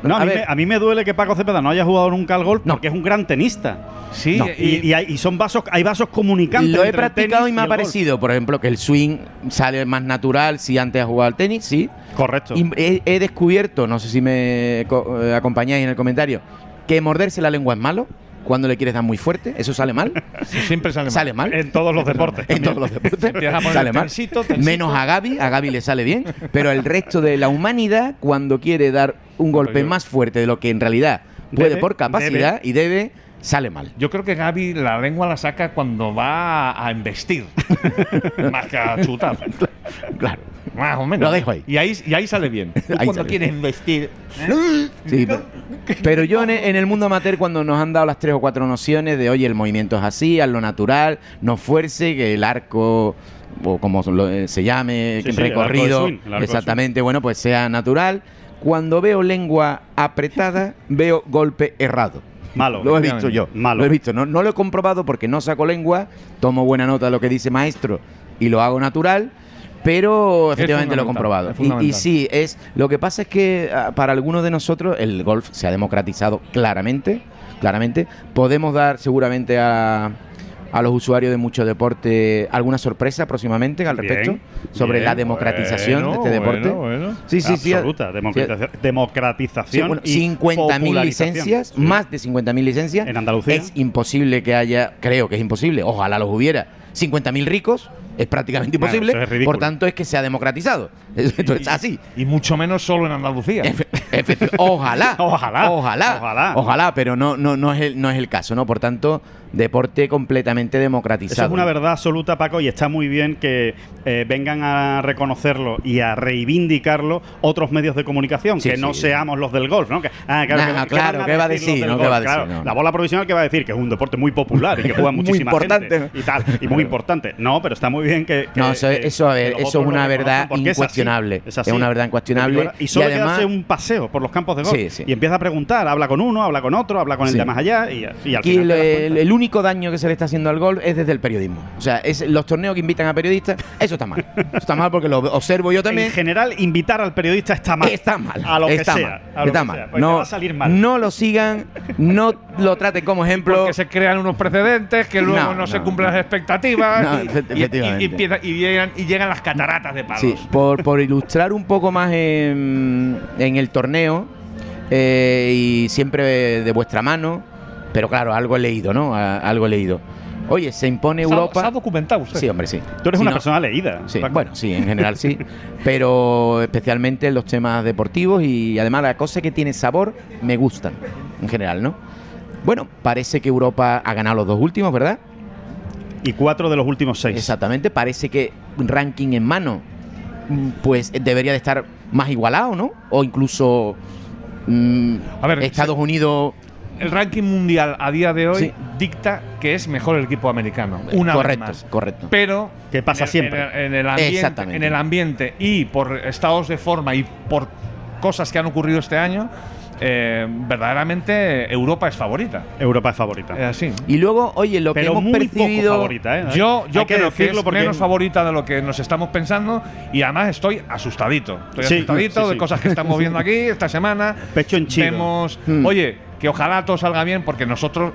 S3: No, a,
S5: a
S3: mí
S5: ver.
S3: me, a mí me duele que Paco Cepeda no haya jugado nunca al golf
S5: No.
S3: porque es un gran tenista.
S4: Sí,
S3: No,
S4: y-
S3: y, y hay, y son vasos, hay vasos comunicantes.
S5: Lo he
S3: entre el
S5: practicado
S3: tenis
S5: y me ha
S3: el golf.
S5: parecido, por ejemplo, que el swing sale más natural si antes has jugado al tenis, sí.
S3: Correcto.
S5: Y he, he descubierto, no sé si me co- eh, acompañáis en el comentario, que morderse la lengua es malo cuando le quieres dar muy fuerte, eso sale mal.
S4: Siempre sale mal.
S5: Sale mal.
S4: En todos los deportes.
S3: Eh,
S5: En todos los deportes
S4: Empiezas a poner
S5: sale mal.
S4: tensito, tensito.
S5: Menos a Gaby, a Gaby le sale bien, pero el resto de la humanidad cuando quiere dar un golpe
S4: yo-
S5: más fuerte de lo que en realidad puede
S3: Debe,
S5: por capacidad y debe, sale mal.
S4: Yo creo que Gaby la lengua la saca cuando va a investir. más que a chutar.
S5: Claro.
S4: Más o menos.
S5: Lo dejo ahí.
S4: Y ahí, y ahí sale bien. Tú
S5: Ahí
S4: cuando
S5: sale
S4: quieres
S5: bien. Este
S4: investir.
S5: Sí, pero, pero yo en, en el mundo amateur cuando nos han dado las tres o cuatro nociones de oye el movimiento es así, hazlo natural, no fuerce, que el arco o como lo- eh, se llame,
S3: Sí,
S5: que el
S3: sí, el arco de
S5: recorrido,
S3: swing, el arco de
S5: exactamente, bueno pues sea natural. Cuando veo lengua apretada, veo golpe errado.
S3: Malo.
S5: Lo he visto yo.
S3: Malo.
S5: Lo he visto. No, no lo he comprobado porque no saco lengua, tomo buena nota de lo que dice maestro y lo hago natural, pero efectivamente lo he
S4: fundamental,
S5: comprobado.
S4: es
S5: Y- Y,
S4: fundamental.
S5: sí, es. Lo que pasa es que ah, para algunos de nosotros el golf se ha democratizado claramente. Claramente. Podemos dar seguramente a. a los usuarios de muchos deportes, alguna sorpresa próximamente al
S3: Bien,
S5: respecto sobre
S3: bien,
S5: la democratización
S4: Bueno,
S5: de este deporte.
S4: bueno, bueno.
S5: Sí, sí, sí.
S3: Absoluta democratiza-
S5: Sí,
S3: democratización.
S5: bueno,
S3: y
S5: 50.000
S3: popularización.
S5: licencias,
S3: Sí.
S5: más de 50.000 licencias.
S3: En Andalucía.
S5: Es imposible que haya, creo que es imposible, ojalá los hubiera, 50.000 ricos, es prácticamente
S3: Claro,
S5: imposible.
S3: eso es ridículo.
S5: por tanto, es que se ha democratizado. Esto es así.
S4: Y mucho menos solo en Andalucía.
S5: Efe- efe- Ojalá,
S3: Ojalá,
S5: ojalá,
S3: ojalá.
S5: ojalá, pero no, no, no, es el, no es el caso, ¿no? Por tanto, deporte completamente democratizado.
S3: Eso es una verdad absoluta, Paco, y está muy bien que eh, vengan a reconocerlo y a reivindicarlo otros medios de comunicación,
S5: Sí,
S3: que no
S5: sí.
S3: seamos los del golf, ¿no? Que- ah,
S5: No,
S3: que-
S5: claro,
S3: van
S5: ¿qué va a
S3: los
S5: decir?
S3: del
S5: No, ¿qué
S3: golf?
S5: va a decir?
S3: Claro,
S5: No,
S3: La
S5: no.
S3: bola provisional que va a decir que es un deporte muy popular y que juega
S5: Muy
S3: muchísima
S5: importante,
S3: gente
S5: ¿no?
S3: y tal, y muy importante. No, pero está muy bien que, que-
S5: No, eso,
S3: que-
S5: eso, a
S3: que
S5: ver,
S3: los
S5: eso
S3: otros
S5: es
S3: lo
S5: una verdad
S3: reconozcan porque es así,
S5: incuestionable. Es,
S3: así.
S5: una verdad incuestionable.
S3: Y solo
S5: además,
S3: hace un paseo por los campos de golf
S5: Sí, sí.
S3: y empieza a preguntar, habla con uno, habla con otro, habla con el
S5: Sí.
S3: de más allá y, y al
S5: Aquí
S3: final
S5: el,
S3: te das cuenta.
S5: el- el único daño que se le está haciendo al golf es desde el periodismo. O sea, es los torneos que invitan a periodistas, eso está mal. Eso está mal porque lo observo yo también.
S3: En general, invitar al periodista está mal.
S5: Está mal.
S3: A lo que
S5: está
S3: sea.
S5: mal.
S3: a lo que
S5: está
S3: sea,
S5: mal.
S3: porque
S5: no,
S3: va a salir mal.
S5: no lo sigan, no lo traten como ejemplo.
S4: Porque se crean unos precedentes que luego no,
S5: No, no,
S4: se cumplen
S5: no.
S4: las expectativas
S5: No,
S4: y-
S5: efe-
S4: y, y-
S5: efectivamente.
S4: y empieza- y llegan, y llegan las cataratas de palos.
S5: Sí, por, por ilustrar un poco más en, en el torneo eh, y siempre de vuestra mano, pero claro, algo he leído, ¿no? A- algo he leído. Oye, se impone
S4: Se ha-
S5: Europa.
S4: Se ha documentado usted.
S5: Sí, hombre, sí.
S3: Tú eres
S5: Si
S3: una
S5: no-
S3: persona leída.
S5: Sí,
S3: Paco.
S5: bueno, sí, en general sí, pero especialmente en los temas deportivos y además las cosas que tienen sabor me gustan, en general, ¿no? Bueno, parece que Europa ha ganado los dos últimos, ¿verdad?
S3: Y cuatro de los últimos
S4: Pues.
S3: seis.
S5: Exactamente, parece que ranking en mano, mm, pues eh, debería de estar más igualado, ¿no? O incluso mm,
S4: A ver,
S5: Estados Unidos
S4: El ranking mundial a día de hoy
S5: Sí.
S4: dicta que es mejor el equipo americano. Una vez
S5: correcto,
S4: más.
S5: correcto.
S4: Pero.
S3: Que pasa
S4: en el-
S3: siempre.
S4: En el, en el ambiente,
S5: Exactamente.
S4: en el ambiente y por estados de forma y por cosas que han ocurrido este año, eh, verdaderamente Europa es favorita.
S3: Europa es favorita.
S4: Es así.
S5: Y luego, oye, lo
S3: pero
S5: que hemos
S3: muy
S5: percibido
S3: poco favorita, ¿eh?
S4: Yo, yo
S3: Hay que
S4: creo que
S3: decirlo
S4: es
S3: porque
S4: menos favorita de lo que nos estamos pensando y además estoy asustadito. Estoy
S3: Sí,
S4: asustadito
S3: sí, sí.
S4: de cosas que estamos viendo aquí esta semana.
S3: Pecho henchido.
S4: Vemos,
S5: Hmm.
S4: oye, que ojalá todo salga bien porque nosotros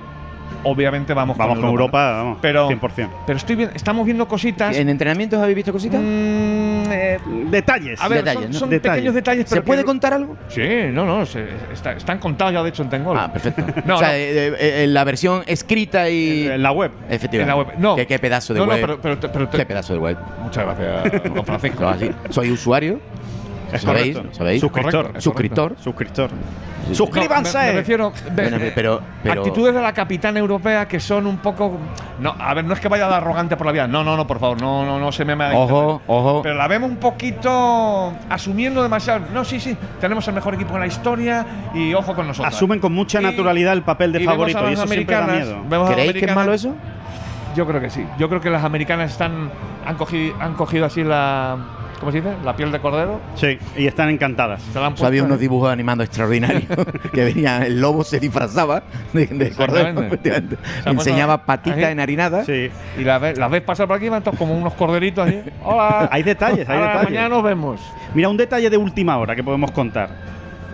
S4: obviamente vamos,
S3: Vamos con Europa, vamos,
S4: Pero-
S3: 100%.
S4: Pero estoy vi- estamos viendo cositas.
S5: ¿En entrenamientos habéis visto cositas?
S4: mm, eh,
S3: Detalles.
S4: a ver,
S5: Detalles,
S4: son,
S5: ¿no?
S4: son
S3: Detalles.
S4: pequeños detalles.
S5: ¿Se
S4: pero
S5: puede
S4: que-
S5: contar algo?
S4: Sí, no, no, se- está- están contados ya de hecho en Tengol.
S5: Ah, perfecto.
S4: No,
S5: o sea,
S4: no.
S5: eh, eh, eh, la versión escrita y.
S3: En la web.
S5: Efectivamente.
S4: En la web. No.
S5: Qué, qué pedazo de
S4: No, no,
S5: web.
S4: pero- pero te- pero te-
S5: qué pedazo de web.
S4: Muchas gracias, don Francisco.
S5: Pero así, Soy usuario. ¿Sabéis?
S3: correcto.
S5: ¿Sabéis?
S3: Suscriptor.
S4: Correcto.
S5: Suscriptor.
S3: Suscriptor.
S4: No, me-
S3: ¡Suscríbanse!
S4: me refiero.
S5: Bueno, pero, pero-
S4: Actitudes de la capitana europea que son un poco. No, a ver, no es que vaya de arrogante por la vida. No, no, no, por favor, no, no, no se me me-
S5: Ojo, ojo.
S4: Pero la vemos un poquito asumiendo demasiado. No, sí, sí, tenemos el mejor equipo de la historia y ojo con nosotros.
S3: Asumen con mucha
S4: Y-
S3: naturalidad el papel de
S4: y vemos
S3: favorito
S4: a
S3: y
S4: las
S3: eso siempre da
S4: americanas,
S3: miedo.
S4: vemos a las
S5: ¿Creéis que es
S4: americanas.
S5: malo eso?
S4: Yo creo que sí. Yo creo que las americanas están han cogido, han cogido así la, ¿Cómo se dice? La piel de cordero.
S3: Sí, y están encantadas.
S4: Se la han
S5: O sea, había
S4: puesto
S5: unos
S4: ahí.
S5: dibujos animados extraordinarios que venían, el lobo se disfrazaba de, de cordero,
S4: Exactamente.
S5: efectivamente.
S4: O sea,
S5: enseñaba
S4: bueno, ahí-
S5: patitas
S4: ¿Eh?
S5: enarinadas.
S3: Sí.
S4: Y las ves, las ves pasar por aquí, van todos como unos corderitos allí. Hola.
S3: Hay detalles, hay
S4: Hola,
S3: detalles.
S4: Mañana nos vemos.
S3: Mira, un detalle de última hora que podemos contar.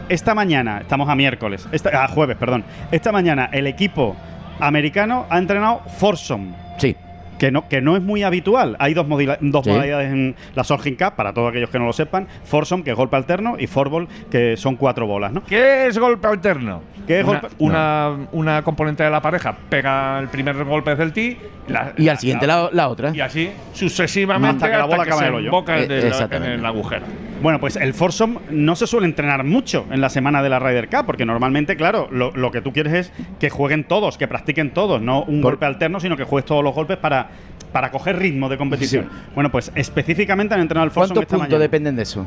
S3: Esta mañana, estamos a miércoles, esta, a jueves, perdón. Esta mañana el equipo americano ha entrenado foursome,
S5: Sí.
S3: que no, que no es muy habitual. Hay dos, modila- dos
S5: Sí.
S3: modalidades en la Solheim Cup, para todos aquellos que no lo sepan. Foursome, que es golpe alterno, y fourball, que son cuatro bolas, ¿no?
S4: ¿Qué es golpe alterno?
S3: ¿Qué es
S4: una,
S3: golpe-
S4: Una, una componente de la pareja pega el primer golpe del ti la-
S5: Y al siguiente la, la otra.
S4: y así sucesivamente
S3: Hasta que la bola acabe
S4: se
S3: en el hoyo.
S4: emboca en
S5: Eh,
S4: el- en
S5: exactamente.
S4: el agujero.
S3: Bueno, pues el foursome no se suele entrenar mucho en la semana de la Ryder Cup, porque normalmente, claro, lo, lo que tú quieres es que jueguen todos, que practiquen todos, no un
S5: Por-
S3: golpe alterno, sino que juegues todos los golpes para, para coger ritmo de competición. Bueno, pues específicamente han entrenado el
S5: ¿Cuántos
S3: foursome esta
S5: puntos
S3: mañana.
S5: dependen de eso?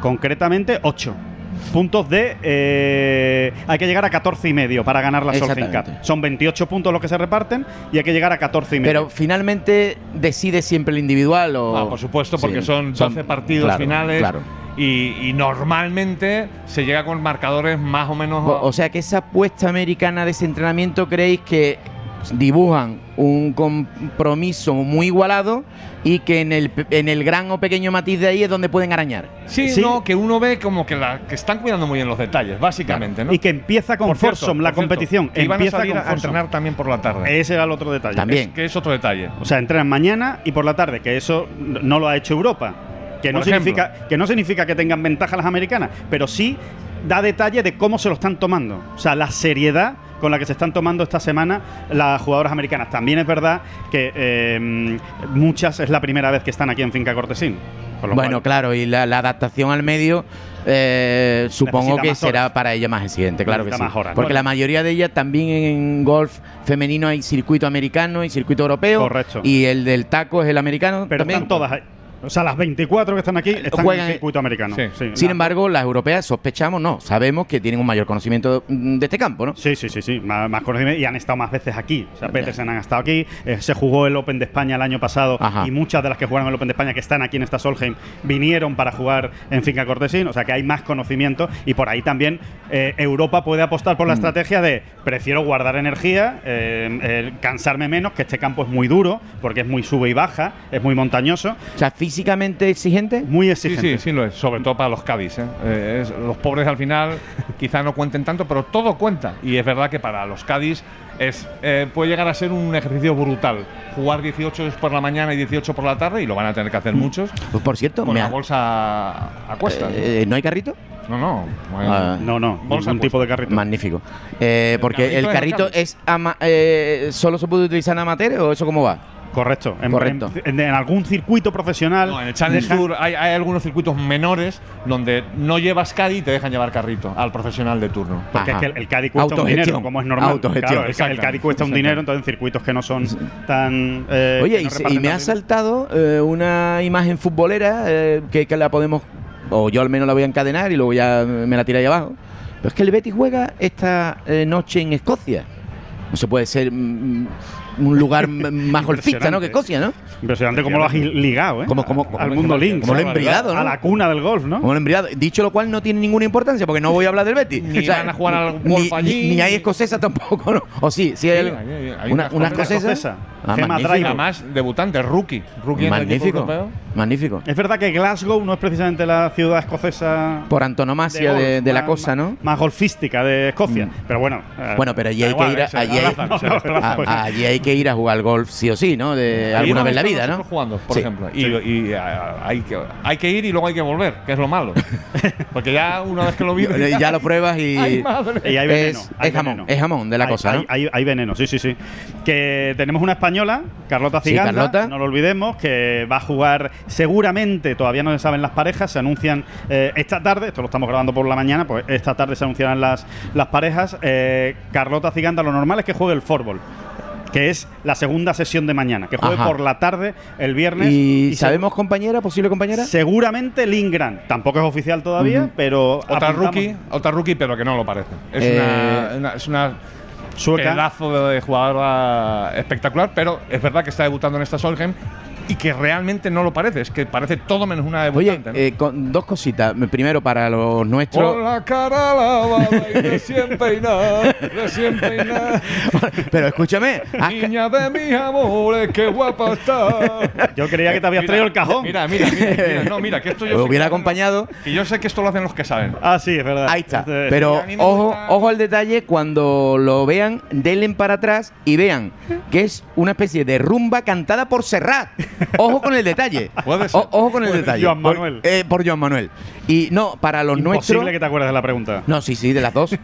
S3: Concretamente, 8. Puntos de. eh, hay que llegar a 14 y medio para ganar la Solheim Cup.
S5: Exactamente.
S3: Son 28 puntos los que se reparten y hay que llegar a 14 y medio.
S5: Pero finalmente decide siempre el individual
S3: Oh,
S5: o.
S4: Ah, por supuesto, porque
S5: Sí,
S4: son 12 partidos
S5: claro,
S4: finales
S5: Claro.
S4: y, y normalmente se llega con marcadores más o menos.
S5: O, o sea que esa apuesta americana de ese entrenamiento creéis que dibujan un compromiso muy igualado y que en el, pe- en el gran o pequeño matiz de ahí es donde pueden arañar.
S4: sí,
S3: sí.
S4: no, que uno ve como que, la, que están cuidando muy bien los detalles, básicamente. ¿no?
S3: y que empieza con
S4: Por cierto,
S3: foursome la
S4: por cierto,
S3: competición.
S4: que iban a
S3: empieza
S4: salir
S3: con Eh.
S4: a
S3: foursome.
S4: entrenar también por la tarde.
S3: Ese era el otro detalle.
S5: También.
S4: Es que es otro detalle.
S3: O sea, entrenan mañana y por la tarde, que eso no lo ha hecho Europa. Que no,
S4: Por ejemplo.
S3: significa, que no significa que tengan ventaja las americanas, pero sí da detalle de cómo se lo están tomando. O sea, la seriedad con la que se están tomando esta semana las jugadoras americanas. También es verdad que eh, muchas es la primera vez que están aquí en Finca Cortesín. Con lo
S5: Bueno,
S3: cual,
S5: claro, y la, la adaptación al medio eh, supongo
S3: Necesita
S5: que
S3: más horas.
S5: será para ella más exigente, claro que sí.
S3: Necesita más horas, ¿no?
S5: Porque la mayoría de ellas también en golf femenino hay circuito americano y circuito europeo.
S3: Correcto.
S5: Y el del taco es el americano.
S3: pero
S5: también. Eh,
S3: están todas ahí. O sea, las 24 que están aquí están en
S5: Juegan-
S3: el circuito americano.
S4: Sí.
S5: Sin
S3: la-
S5: embargo, las europeas sospechamos, no, sabemos que tienen un mayor conocimiento mm, de este campo, ¿no?
S3: Sí, sí, sí, sí. Más, más conocimiento y han estado más veces aquí. O sea, Petersen han estado aquí. eh, se jugó el Open de España el año pasado
S5: Ajá.
S3: y muchas de las que jugaron el Open de España que están aquí en esta Solheim vinieron para jugar en Finca Cortesín. O sea que hay más conocimiento y por ahí también eh, Europa puede apostar
S4: Mm.
S3: por la estrategia de prefiero guardar energía, eh, eh, cansarme menos, que este campo es muy duro porque es muy sube y baja, es muy montañoso,
S5: O sea, físicamente exigente.
S3: muy
S4: Sí,
S3: exigente.
S4: sí, sí lo es, sobre todo para los Cádiz. ¿eh? Eh, es- los pobres al final quizá no cuenten tanto, pero todo cuenta. Y es verdad que para los Cádiz es, eh, puede llegar a ser un ejercicio brutal. Jugar 18 por la mañana y 18 por la tarde, y lo van a tener que hacer muchos,
S5: Pues, por cierto,
S4: con
S5: me
S4: la
S5: ha-
S4: bolsa a a cuestas.
S5: eh, ¿no hay carrito?
S4: No, no. bueno,
S5: Ah,
S3: No, no,
S4: Bolsa
S3: ningún tipo de carrito.
S5: Magnífico. Eh, porque el
S4: carrito
S5: carrito es ama- eh, solo se puede utilizar en amateur o eso cómo va?
S3: Correcto. En,
S5: Correcto.
S3: en- en algún circuito profesional.
S4: no, en el Challenge
S3: dejan-
S4: Tour hay, hay algunos circuitos menores donde no llevas Cádiz y te dejan llevar carrito al profesional de turno.
S3: Porque
S5: Ajá.
S3: es que el, el Cádiz cuesta un
S5: Autogestión.
S3: dinero, como es normal.
S5: Autogestión.
S3: Claro, el, el
S4: Exactamente.
S3: Cádiz cuesta un
S4: Exactamente.
S3: dinero, entonces en circuitos que no son tan. eh,
S5: Oye,
S3: que
S5: y,
S3: no
S5: se- y
S3: reparten
S5: me ha
S3: tanto dinero.
S5: saltado eh, una imagen futbolera eh, que, que la podemos, o yo al menos la voy a encadenar y luego ya me la tiráis abajo. Pero es que el Betis juega esta eh, noche en Escocia. No se puede ser mm, un lugar m- más golfista, ¿no? Que Escocia, ¿no?
S3: Impresionante cómo lo has hi- ligado, ¿eh?
S5: Como- como-
S3: al
S5: como-
S3: mundo Link.
S5: como lo he embridado, ¿no?
S3: A la cuna del golf, ¿no?
S5: Como lo he embriagado. Dicho lo cual, no tiene ninguna importancia porque no voy a hablar del Betis.
S4: Ni van a jugar al
S5: ni-
S4: golf allí.
S5: Ni, hay escocesa tampoco, ¿no? O sí, sí hay,
S4: hay- hay- hay
S5: una,
S4: una
S5: una
S4: escocesa.
S5: escocesa. Ah,
S3: Gemma
S5: magnífico.
S3: Driver.
S4: Además, debutante, rookie. rookie en el equipo
S5: Magnífico.
S4: europeo.
S5: Magnífico.
S3: Es verdad que Glasgow no es precisamente la ciudad escocesa.
S5: Por antonomasia de,
S3: golf,
S5: de la
S3: más-
S5: cosa, ¿no?
S3: Más golfística de Escocia.
S5: Mm.
S3: Pero bueno. eh,
S5: Bueno, pero allí hay
S3: da igual,
S5: que ir a-
S3: se
S5: allí hay-
S3: abrazan, se abrazan,
S5: A-
S3: pues.
S5: allí hay que ir a jugar al golf sí o sí, ¿no? De
S4: Ahí
S5: alguna
S4: hemos
S5: vez en la
S4: estado
S5: vida, ¿no?
S4: nosotros jugando, por
S5: Sí.
S4: ejemplo. Y, y, ah, hay, que, hay que ir y luego hay que volver, que es lo malo. Porque ya una vez que lo vives…
S5: eh, Ya lo pruebas y.
S4: ¡Ay, madre!
S3: Y hay veneno.
S5: es,
S3: hay
S5: es jamón,
S3: veneno.
S5: es jamón de la
S3: Hay-
S5: cosa,
S3: hay,
S5: ¿no?
S3: hay- hay veneno, sí, sí, sí. Que tenemos una española, Carlota
S5: Sí,
S3: Ciganda,
S5: Carlota.
S3: no lo olvidemos, que va a jugar seguramente, todavía no se saben las parejas, se anuncian eh, esta tarde, esto lo estamos grabando por la mañana, pues esta tarde se anunciarán las, las parejas. Eh, Carlota Ciganda, lo normal es que juegue el fútbol. Que es la segunda sesión de mañana, que juegue
S5: Ajá.
S3: por la tarde el viernes.
S5: ¿Y,
S3: se-
S5: sabemos compañera, posible compañera?
S3: Seguramente Lingran. Tampoco es oficial todavía,
S5: Ujú.
S3: pero.
S4: Otra
S3: apuntamos-
S4: rookie, otra rookie, pero que no lo parece. Es
S5: Eh,
S4: una, una- es una
S3: Sueca.
S4: pedazo de jugadora espectacular, pero es verdad que está debutando en esta Solheim y que realmente no lo parece, es que parece todo menos una
S5: Oye,
S4: debutante. ¿no?
S5: eh, con dos cositas. Primero, para los nuestros.
S4: Con la cara lavada y recién peinada, recién peinada.
S5: Pero escúchame, has Ah, ca-
S4: Niña de mis amores, qué guapa está.
S3: Yo creía que te habías traído el cajón.
S4: Mira, mira, mira, mira, no, mira, que esto yo
S5: Lo
S4: sé que
S5: hubiera
S4: hacen los-
S5: acompañado.
S4: que yo sé que esto lo hacen los que saben.
S3: Ah, sí, es verdad.
S5: Ahí está.
S3: Este-
S5: Pero
S4: a mí me
S5: ojo,
S4: gusta-
S5: ojo al detalle, cuando lo vean, denle para atrás y vean que es una especie de rumba cantada por Serrat. Ojo con el detalle.
S4: Puede ser.
S5: O- ojo con el
S3: Puede ser.
S5: detalle.
S3: Joan Manuel.
S5: Por, eh, por Joan Manuel. Y no, para los
S3: Imposible
S5: nuestros.
S3: que te acuerdes de la pregunta.
S5: No, sí, sí, de las dos.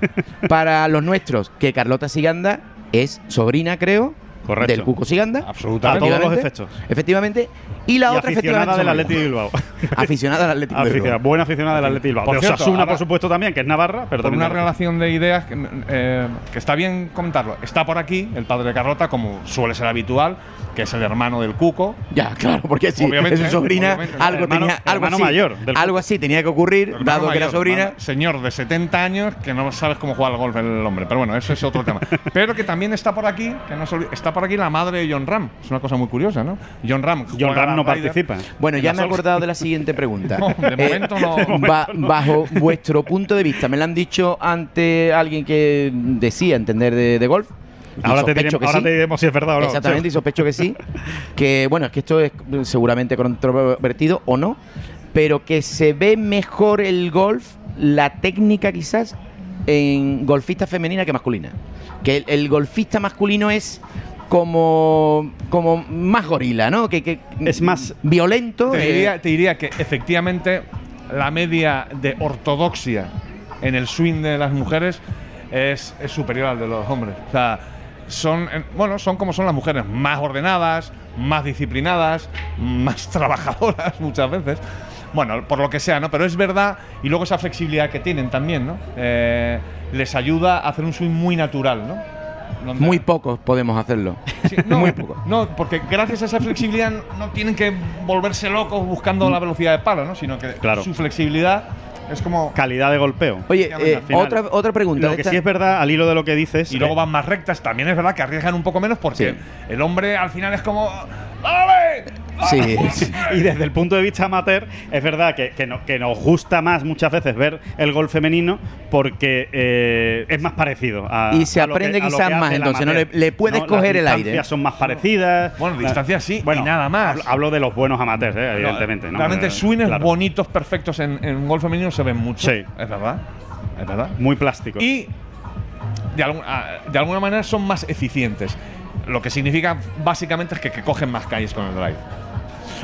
S5: para los nuestros, que Carlota Siganda es sobrina, creo.
S3: Correcto.
S5: Del Cuco Siganda.
S4: Absolutamente.
S3: A todos los
S5: efectivamente.
S3: efectos.
S5: Efectivamente. Y la
S3: y
S5: otra,
S3: aficionada del
S5: efectivamente.
S3: Atlético de
S5: somos
S3: Bilbao.
S5: nosotros. Aficionada al Atlético. de Bilbao.
S3: Aficionada, buena aficionada del Atlético de Bilbao.
S4: Por
S3: De
S4: cierto,
S3: Osasuna,
S4: ahora-
S3: por supuesto, también, que es Navarra, pero
S4: por
S3: también.
S4: una
S3: de-
S4: relación de ideas que, eh, que está bien comentarlo. Está por aquí el padre de Carlota, como suele ser habitual, que es el hermano del Cuco.
S5: Ya, claro, porque si
S4: Obviamente,
S5: es su
S4: ¿eh?
S5: sobrina,
S4: Obviamente, ¿no?
S5: algo
S3: Hermano-
S5: tenía, algo
S3: hermano
S5: así,
S3: mayor del-
S5: algo así tenía que ocurrir,
S4: Hermano
S5: dado que
S4: mayor,
S5: era sobrina.
S4: hermano- Señor de 70 años que no sabes cómo jugar al golf el hombre. Pero bueno, eso es otro tema. Pero que también está por aquí, que no se olvide- está por aquí la madre de John Ram. Es una cosa muy curiosa, ¿no? John Ram.
S3: John Ram no participa.
S5: Bueno,
S4: En
S5: ya
S4: la
S5: me he
S4: Sol-
S5: acordado de la siguiente pregunta. Eh,
S4: No, de momento no. De momento
S5: ba- Bajo vuestro punto de vista, me lo han dicho ante alguien que decía entender de, de golf. y
S3: Ahora, te,
S5: sospecho
S3: diremos,
S5: que
S3: ahora
S5: sí.
S3: te diremos si es verdad o no.
S5: Exactamente, y sospecho que sí. Que bueno, es que esto es seguramente controvertido o no, pero que se ve mejor el golf, la técnica quizás, en golfista femenina que masculina. Que el, el golfista masculino es como, como más gorila, ¿no? Que, que-
S3: Es más-
S5: violento.
S4: Te
S5: eh,
S4: diría, te diría que efectivamente la media de ortodoxia en el swing de las mujeres es, es superior al de los hombres. O sea, son, eh, bueno, son como son las mujeres, más ordenadas, más disciplinadas, más trabajadoras muchas veces. Bueno, por lo que sea, ¿no? Pero es verdad, y luego esa flexibilidad que tienen también, ¿no? Eh, les ayuda a hacer un swing muy natural, ¿no? Donde-
S5: muy pocos podemos hacerlo.
S4: Sí, no,
S5: Muy poco.
S4: no, porque gracias a esa flexibilidad no tienen que volverse locos buscando la velocidad de palo, ¿no? Sino que
S3: Claro.
S4: su flexibilidad es como.
S3: Calidad de golpeo.
S5: Oye, eh,
S3: Al final,
S5: otra, otra pregunta.
S3: Lo que
S5: esta-
S3: sí es verdad, al hilo de lo que dices.
S4: Y luego
S3: eh,
S4: van más rectas. También es verdad que arriesgan un poco menos porque
S5: Sí.
S4: el hombre al final es como. ¡Dale!
S5: Sí, sí.
S3: Y desde el punto de vista amateur, es verdad que, que no- que nos gusta más muchas veces ver el gol femenino porque eh, es más parecido. A,
S5: Y se
S3: a lo que-
S5: aprende
S3: a lo
S5: quizás
S3: que
S5: más,
S3: hace el
S5: entonces, ¿no?
S3: amateur.
S5: Le- le puedes coger el
S3: Las
S5: aire.
S3: distancias son más parecidas.
S4: Bueno,
S3: La-
S4: distancias sí, y nada más.
S3: Hablo, hablo de los buenos amateurs, eh, evidentemente. ¿no?
S4: Realmente,
S3: Eh,
S4: swings
S3: claro.
S4: bonitos, perfectos en, en gol femenino se ven mucho.
S3: Sí.
S4: Es verdad. Es verdad.
S3: Muy plástico.
S4: y de, algún- a- de alguna manera son más eficientes. Lo que significa básicamente es que, que cogen más calles con el drive.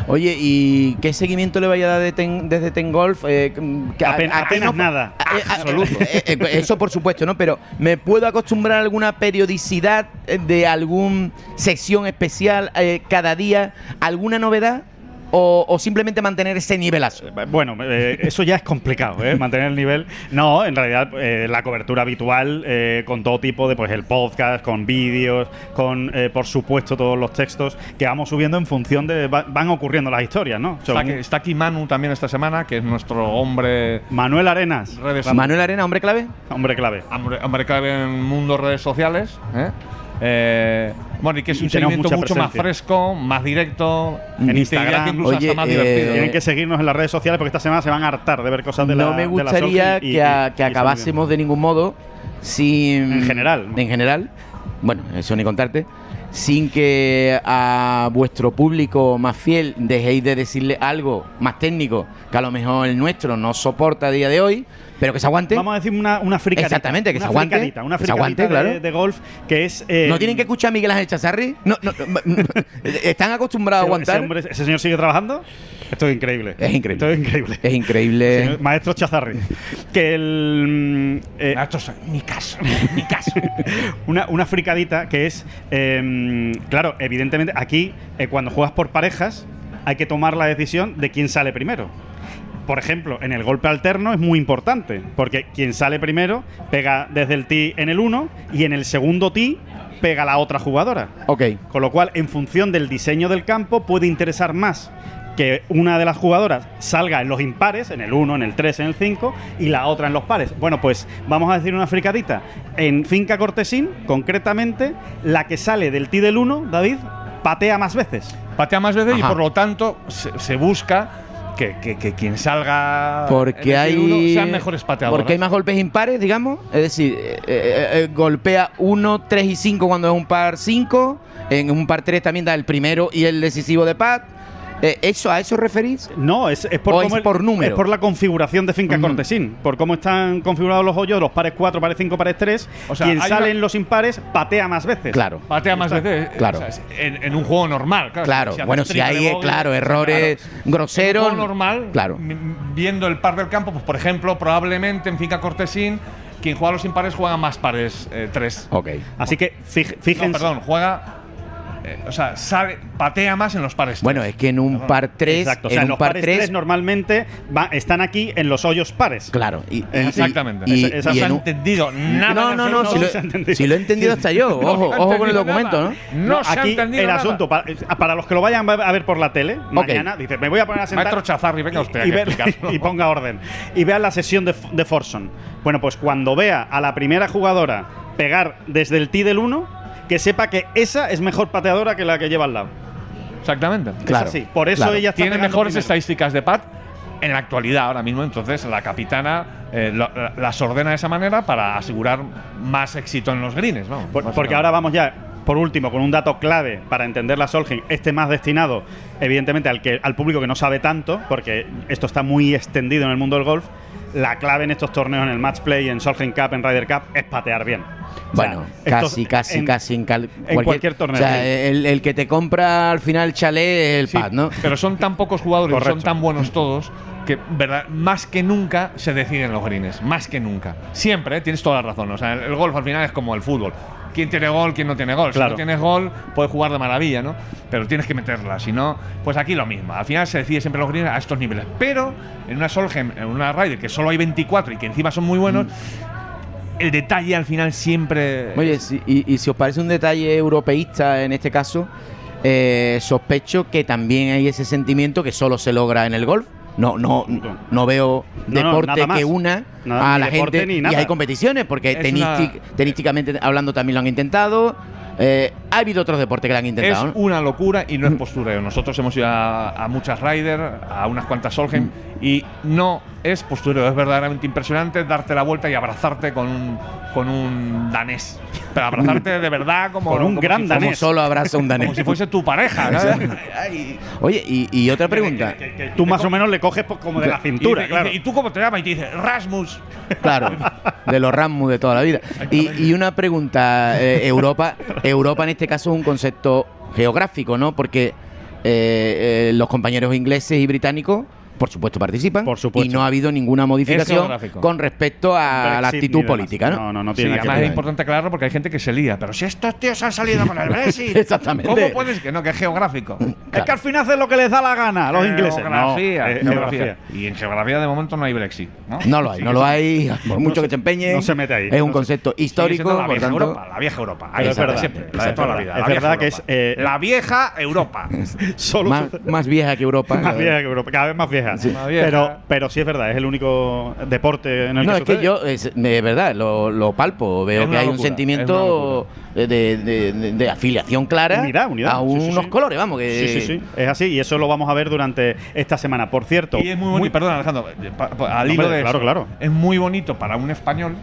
S5: Oye, ¿y qué seguimiento le vaya a dar de Ten- desde Ten Golf? Eh, que a-
S3: Apen-
S5: a qué
S3: apenas nada.
S5: a- a- eh, eh, eso por supuesto, ¿no? Pero ¿me puedo acostumbrar a alguna periodicidad eh, de alguna sesión especial eh, cada día? ¿Alguna novedad? O, o simplemente mantener ese nivelazo?
S3: Bueno, eh, eso ya es complicado, ¿eh? mantener el nivel. No, en realidad eh, la cobertura habitual eh, con todo tipo de, pues el podcast, con vídeos, con, eh, por supuesto, todos los textos que vamos subiendo en función de, va- van ocurriendo las historias, ¿no?
S4: Está,
S3: Según
S4: que- está aquí Manu también esta semana, que es nuestro hombre
S3: Manuel Arenas,
S4: redes
S5: Manuel Arena, hombre clave.
S3: hombre clave.
S4: hombre- hombre clave en mundo redes sociales. ¿eh? Eh, bueno, y que es
S3: Y
S4: un
S3: tenemos
S4: seguimiento
S3: mucha
S4: mucho más
S3: presencia.
S4: fresco, más directo.
S3: En
S4: y te
S3: Instagram.
S4: diría que incluso
S5: Oye,
S4: hasta más
S5: eh,
S4: divertido.
S3: Tienen que seguirnos en las redes sociales porque esta semana se van a hartar de ver cosas de la
S5: no me
S3: de la
S5: gustaría
S3: Solheim y-
S5: que, a-
S3: y- y está muy
S5: que
S3: bien.
S5: acabásemos de ningún modo sin.
S3: En general.
S5: En general. Bueno, eso ni contarte. Sin que a vuestro público más fiel dejéis de decirle algo más técnico que a lo mejor el nuestro no soporta a día de hoy, pero que se aguante.
S3: Vamos a decir una, una fricadita.
S5: Exactamente, que
S3: una
S5: se aguante,
S3: fricadita, una
S5: que se aguante,
S3: fricadita de,
S5: claro.
S3: de golf que es. eh,
S5: ¿No tienen que escuchar a Miguel Ángel Chazarri? No, no, no, no, ¿Están acostumbrados a
S3: ese-
S5: aguantar?
S3: Ese, hombre- ese señor sigue trabajando. Esto es increíble.
S5: Es increíble.
S3: Esto es increíble.
S5: es increíble.
S3: Señor- Maestro Chazarri. Que el. mm, eh,
S4: Esto es mi caso, mi caso.
S3: una, una fricadita que es. em, claro, evidentemente, aquí, eh, cuando juegas por parejas, hay que tomar la decisión de quién sale primero. Por ejemplo, en el golpe alterno es muy importante, porque quien sale primero pega desde el tee en el 1 y en el segundo tee pega la otra jugadora.
S5: Ok.
S3: Con lo cual, en función del diseño del campo, puede interesar más que una de las jugadoras salga en los impares, en el 1, en el 3, en el 5, y la otra en los pares. Bueno, pues vamos a decir una fricadita. En Finca Cortesín, concretamente, la que sale del tee del 1, David, patea más veces.
S4: Patea más veces y
S5: Ajá.
S4: por lo tanto se, se busca que, que- que quien salga en
S5: Porque
S4: el tiro uno
S5: hay.
S4: sean mejores pateadores.
S5: Porque hay más golpes impares, digamos. Es decir, eh, eh, eh, golpea 1, 3 y 5 cuando es un par 5. En un par 3 también da el primero y el decisivo de pat. Eh, ¿eso, ¿A eso referís?
S3: No, es, es por,
S5: O es
S3: cómo el-
S5: por número.
S3: es por la configuración de finca
S5: Ujú.
S3: cortesín, por cómo están configurados los hoyos, los pares 4, pares 5, pares 3.
S4: O sea,
S3: Quien
S4: hay
S3: sale
S4: una-
S3: en los impares patea más veces.
S5: Claro.
S4: Patea más veces. eh,
S5: Claro.
S4: o sea, es- en, en un juego normal, claro.
S5: Claro,
S4: haces
S5: bueno, si hay,
S4: triple
S5: eh,
S4: bogey,
S5: claro, errores groseros,
S4: En un juego normal,
S5: claro.
S4: m- m- viendo el par del campo, pues por ejemplo, probablemente en Finca Cortesín, quien juega los impares juega más pares eh, tres.
S5: Ok.
S3: Así que fij-
S4: No,
S3: fíjense.
S4: perdón, juega. eh, o sea, sale, patea más en los pares.
S5: Bueno,
S4: tres.
S5: es que en un par 3,
S3: Exacto, o sea,
S5: en un
S3: los
S5: par
S3: pares 3
S5: 3,
S3: normalmente va- están aquí en los hoyos pares.
S5: claro. y- y-
S4: Exactamente.
S5: y-
S3: Esa- esa
S4: no
S5: y
S4: se
S5: en
S4: ha
S5: un-
S4: entendido nada.
S5: No, no, no,
S4: se-
S5: si,
S3: no
S5: lo,
S3: se ha entendido.
S5: si lo he entendido hasta yo. Ojo,
S4: se ha
S5: ojo con el
S4: entendido
S5: documento,
S4: nada.
S5: ¿no?
S4: No, se ha
S3: aquí
S4: entendido
S3: el
S4: nada.
S3: asunto, pa- ah, para, los que lo vayan a ver por la tele, mañana, dice, me voy a poner a sentar
S4: Maestro Chazarri, venga usted
S3: y,
S4: aquí a
S3: ver-
S4: explicarlo.
S3: y ponga orden. Y vea la sesión de, de Forson. Bueno, pues cuando vea a la primera jugadora pegar desde el tee del 1, que sepa que esa es mejor pateadora que la que lleva al lado.
S4: Exactamente.
S5: Claro,
S3: es así. Por eso
S5: claro.
S3: ella está
S4: Tiene
S3: pegando
S4: mejores
S3: primero.
S4: estadísticas de Pat en la actualidad ahora mismo. Entonces, la capitana eh, lo- la- las ordena de esa manera para asegurar más éxito en los greens. vamos,
S3: Por- porque ahora vamos ya, por último, con un dato clave para entender la Solheim, este más destinado, evidentemente, al, que, al público que no sabe tanto, porque esto está muy extendido en el mundo del golf. La clave en estos torneos, en el match play, en Solheim Cup, en Ryder Cup, es patear bien. O sea,
S5: Bueno,
S3: estos-
S5: casi, casi,
S3: en-
S5: casi. En, cal-
S3: cualquier torneo,
S5: O sea,
S3: sí.
S5: el, el que te compra al final chalet es el
S4: Sí,
S5: pad, ¿no?
S4: Pero son tan pocos jugadores, y son
S3: Correcto.
S4: tan buenos todos, que verdad, más que nunca se deciden los greens. Más que nunca. Siempre, ¿eh? tienes toda la razón. O sea, el, el golf al final es como el fútbol. ¿Quién tiene gol, quién no tiene gol? Si
S3: Claro.
S4: no tienes gol, puedes jugar de maravilla, ¿no? Pero tienes que meterla. Si no, pues aquí lo mismo. Al final se decide siempre los greens a estos niveles. Pero en una Solheim, en una Ryder, que solo hay 24 y que encima son muy buenos,
S3: Mm.
S4: el detalle al final siempre.
S5: Oye, si- y, y si os parece un detalle europeísta en este caso, eh, sospecho que también hay ese sentimiento que solo se logra en el golf. No, no, no veo
S3: No, no,
S5: deporte
S3: nada más.
S5: que una
S3: Nada,
S5: a
S3: ni
S5: la
S3: deporte
S5: gente.
S3: ni
S5: Y
S3: nada.
S5: hay competiciones, porque
S4: Es
S5: tenisti-
S4: una-
S5: tenísticamente hablando también lo han intentado. Eh, ha habido otros deportes que lo han
S4: Es
S5: intentado. ¿no?
S4: una locura y no es postureo. Nosotros hemos ido a, a muchas Ryder, a unas cuantas Solheim, y no es postureo. Es verdaderamente impresionante darte la vuelta y abrazarte con un, con un danés. Pero abrazarte de verdad como.
S3: Con un
S4: como
S3: gran
S4: si
S3: danés.
S5: Como solo abraza un
S4: fuese-
S5: danés.
S4: Como si fuese tu pareja. ¿no?
S5: Oye, y, y otra pregunta.
S3: Que- que Tú más o menos le coges po- como de la
S4: Y
S3: cintura,
S4: dice-
S3: claro.
S4: y dice, ¿Y tú cómo te llamas? Y te dice, Rasmus.
S5: Claro, de los Rasmus de toda la vida. Y, y una pregunta, eh, Europa, Europa en este caso es un concepto geográfico, ¿no? Porque eh, eh, los compañeros ingleses y británicos, por supuesto, participan.
S3: Por supuesto.
S5: Y no ha habido ninguna modificación
S4: geográfico.
S5: con respecto a la
S3: Brexit ni
S5: actitud
S3: demás.
S5: política, ¿no?
S3: No, no, no
S4: Sí,
S3: tiene nada que
S4: además
S3: ver.
S4: es importante aclararlo porque hay gente que se lía. Pero si estos tíos han salido con el Brexit,
S5: Exactamente.
S4: ¿cómo puedes? Que no, que es geográfico.
S3: Es que al final hacen lo que les da la gana a los ingleses. No,
S4: Geografía,
S3: eh,
S4: geografía.
S3: geografía.
S4: Y en geografía de momento no hay Brexit. No,
S5: No lo hay, no lo hay, por mucho que se empeñe.
S3: no se mete ahí.
S5: Es
S3: No
S5: un
S3: se-
S5: concepto
S4: Sigue siendo
S5: histórico,
S4: la
S5: por
S4: vieja
S5: tanto.
S4: Europa, la vieja Europa. Ahí
S3: Pero
S4: está,
S3: es
S4: la de
S3: verdad,
S4: siempre, la
S3: es
S4: de toda la
S3: verdad,
S4: vida.
S3: es
S4: la vieja
S3: verdad que es,
S4: Europa.
S3: eh,
S4: la vieja Europa.
S3: Solo
S5: Más,
S3: sucede-
S5: más vieja que Europa.
S3: Más vieja que Europa, cada vez más vieja.
S4: Sí. Más vieja.
S3: Pero, pero sí es verdad, es el único deporte en el
S5: No,
S3: que
S5: es que
S3: sucede.
S5: yo, es, de verdad, lo, lo palpo. Veo
S4: Es
S5: que
S4: una
S5: hay un
S4: locura,
S5: sentimiento de, de- de- de afiliación clara
S3: Unidad, unidad.
S5: a
S3: Sí, sí,
S5: unos
S3: sí.
S5: colores, vamos.
S3: Sí,
S5: Que,
S3: sí, sí. Es así y eso lo vamos a ver durante esta semana. Por cierto,
S4: Y es muy bonito. Perdón, Alejandro. eh, pa- pa- al hilo
S3: hombre,
S4: de
S3: claro,
S4: eso,
S3: claro.
S4: Es muy bonito para un español.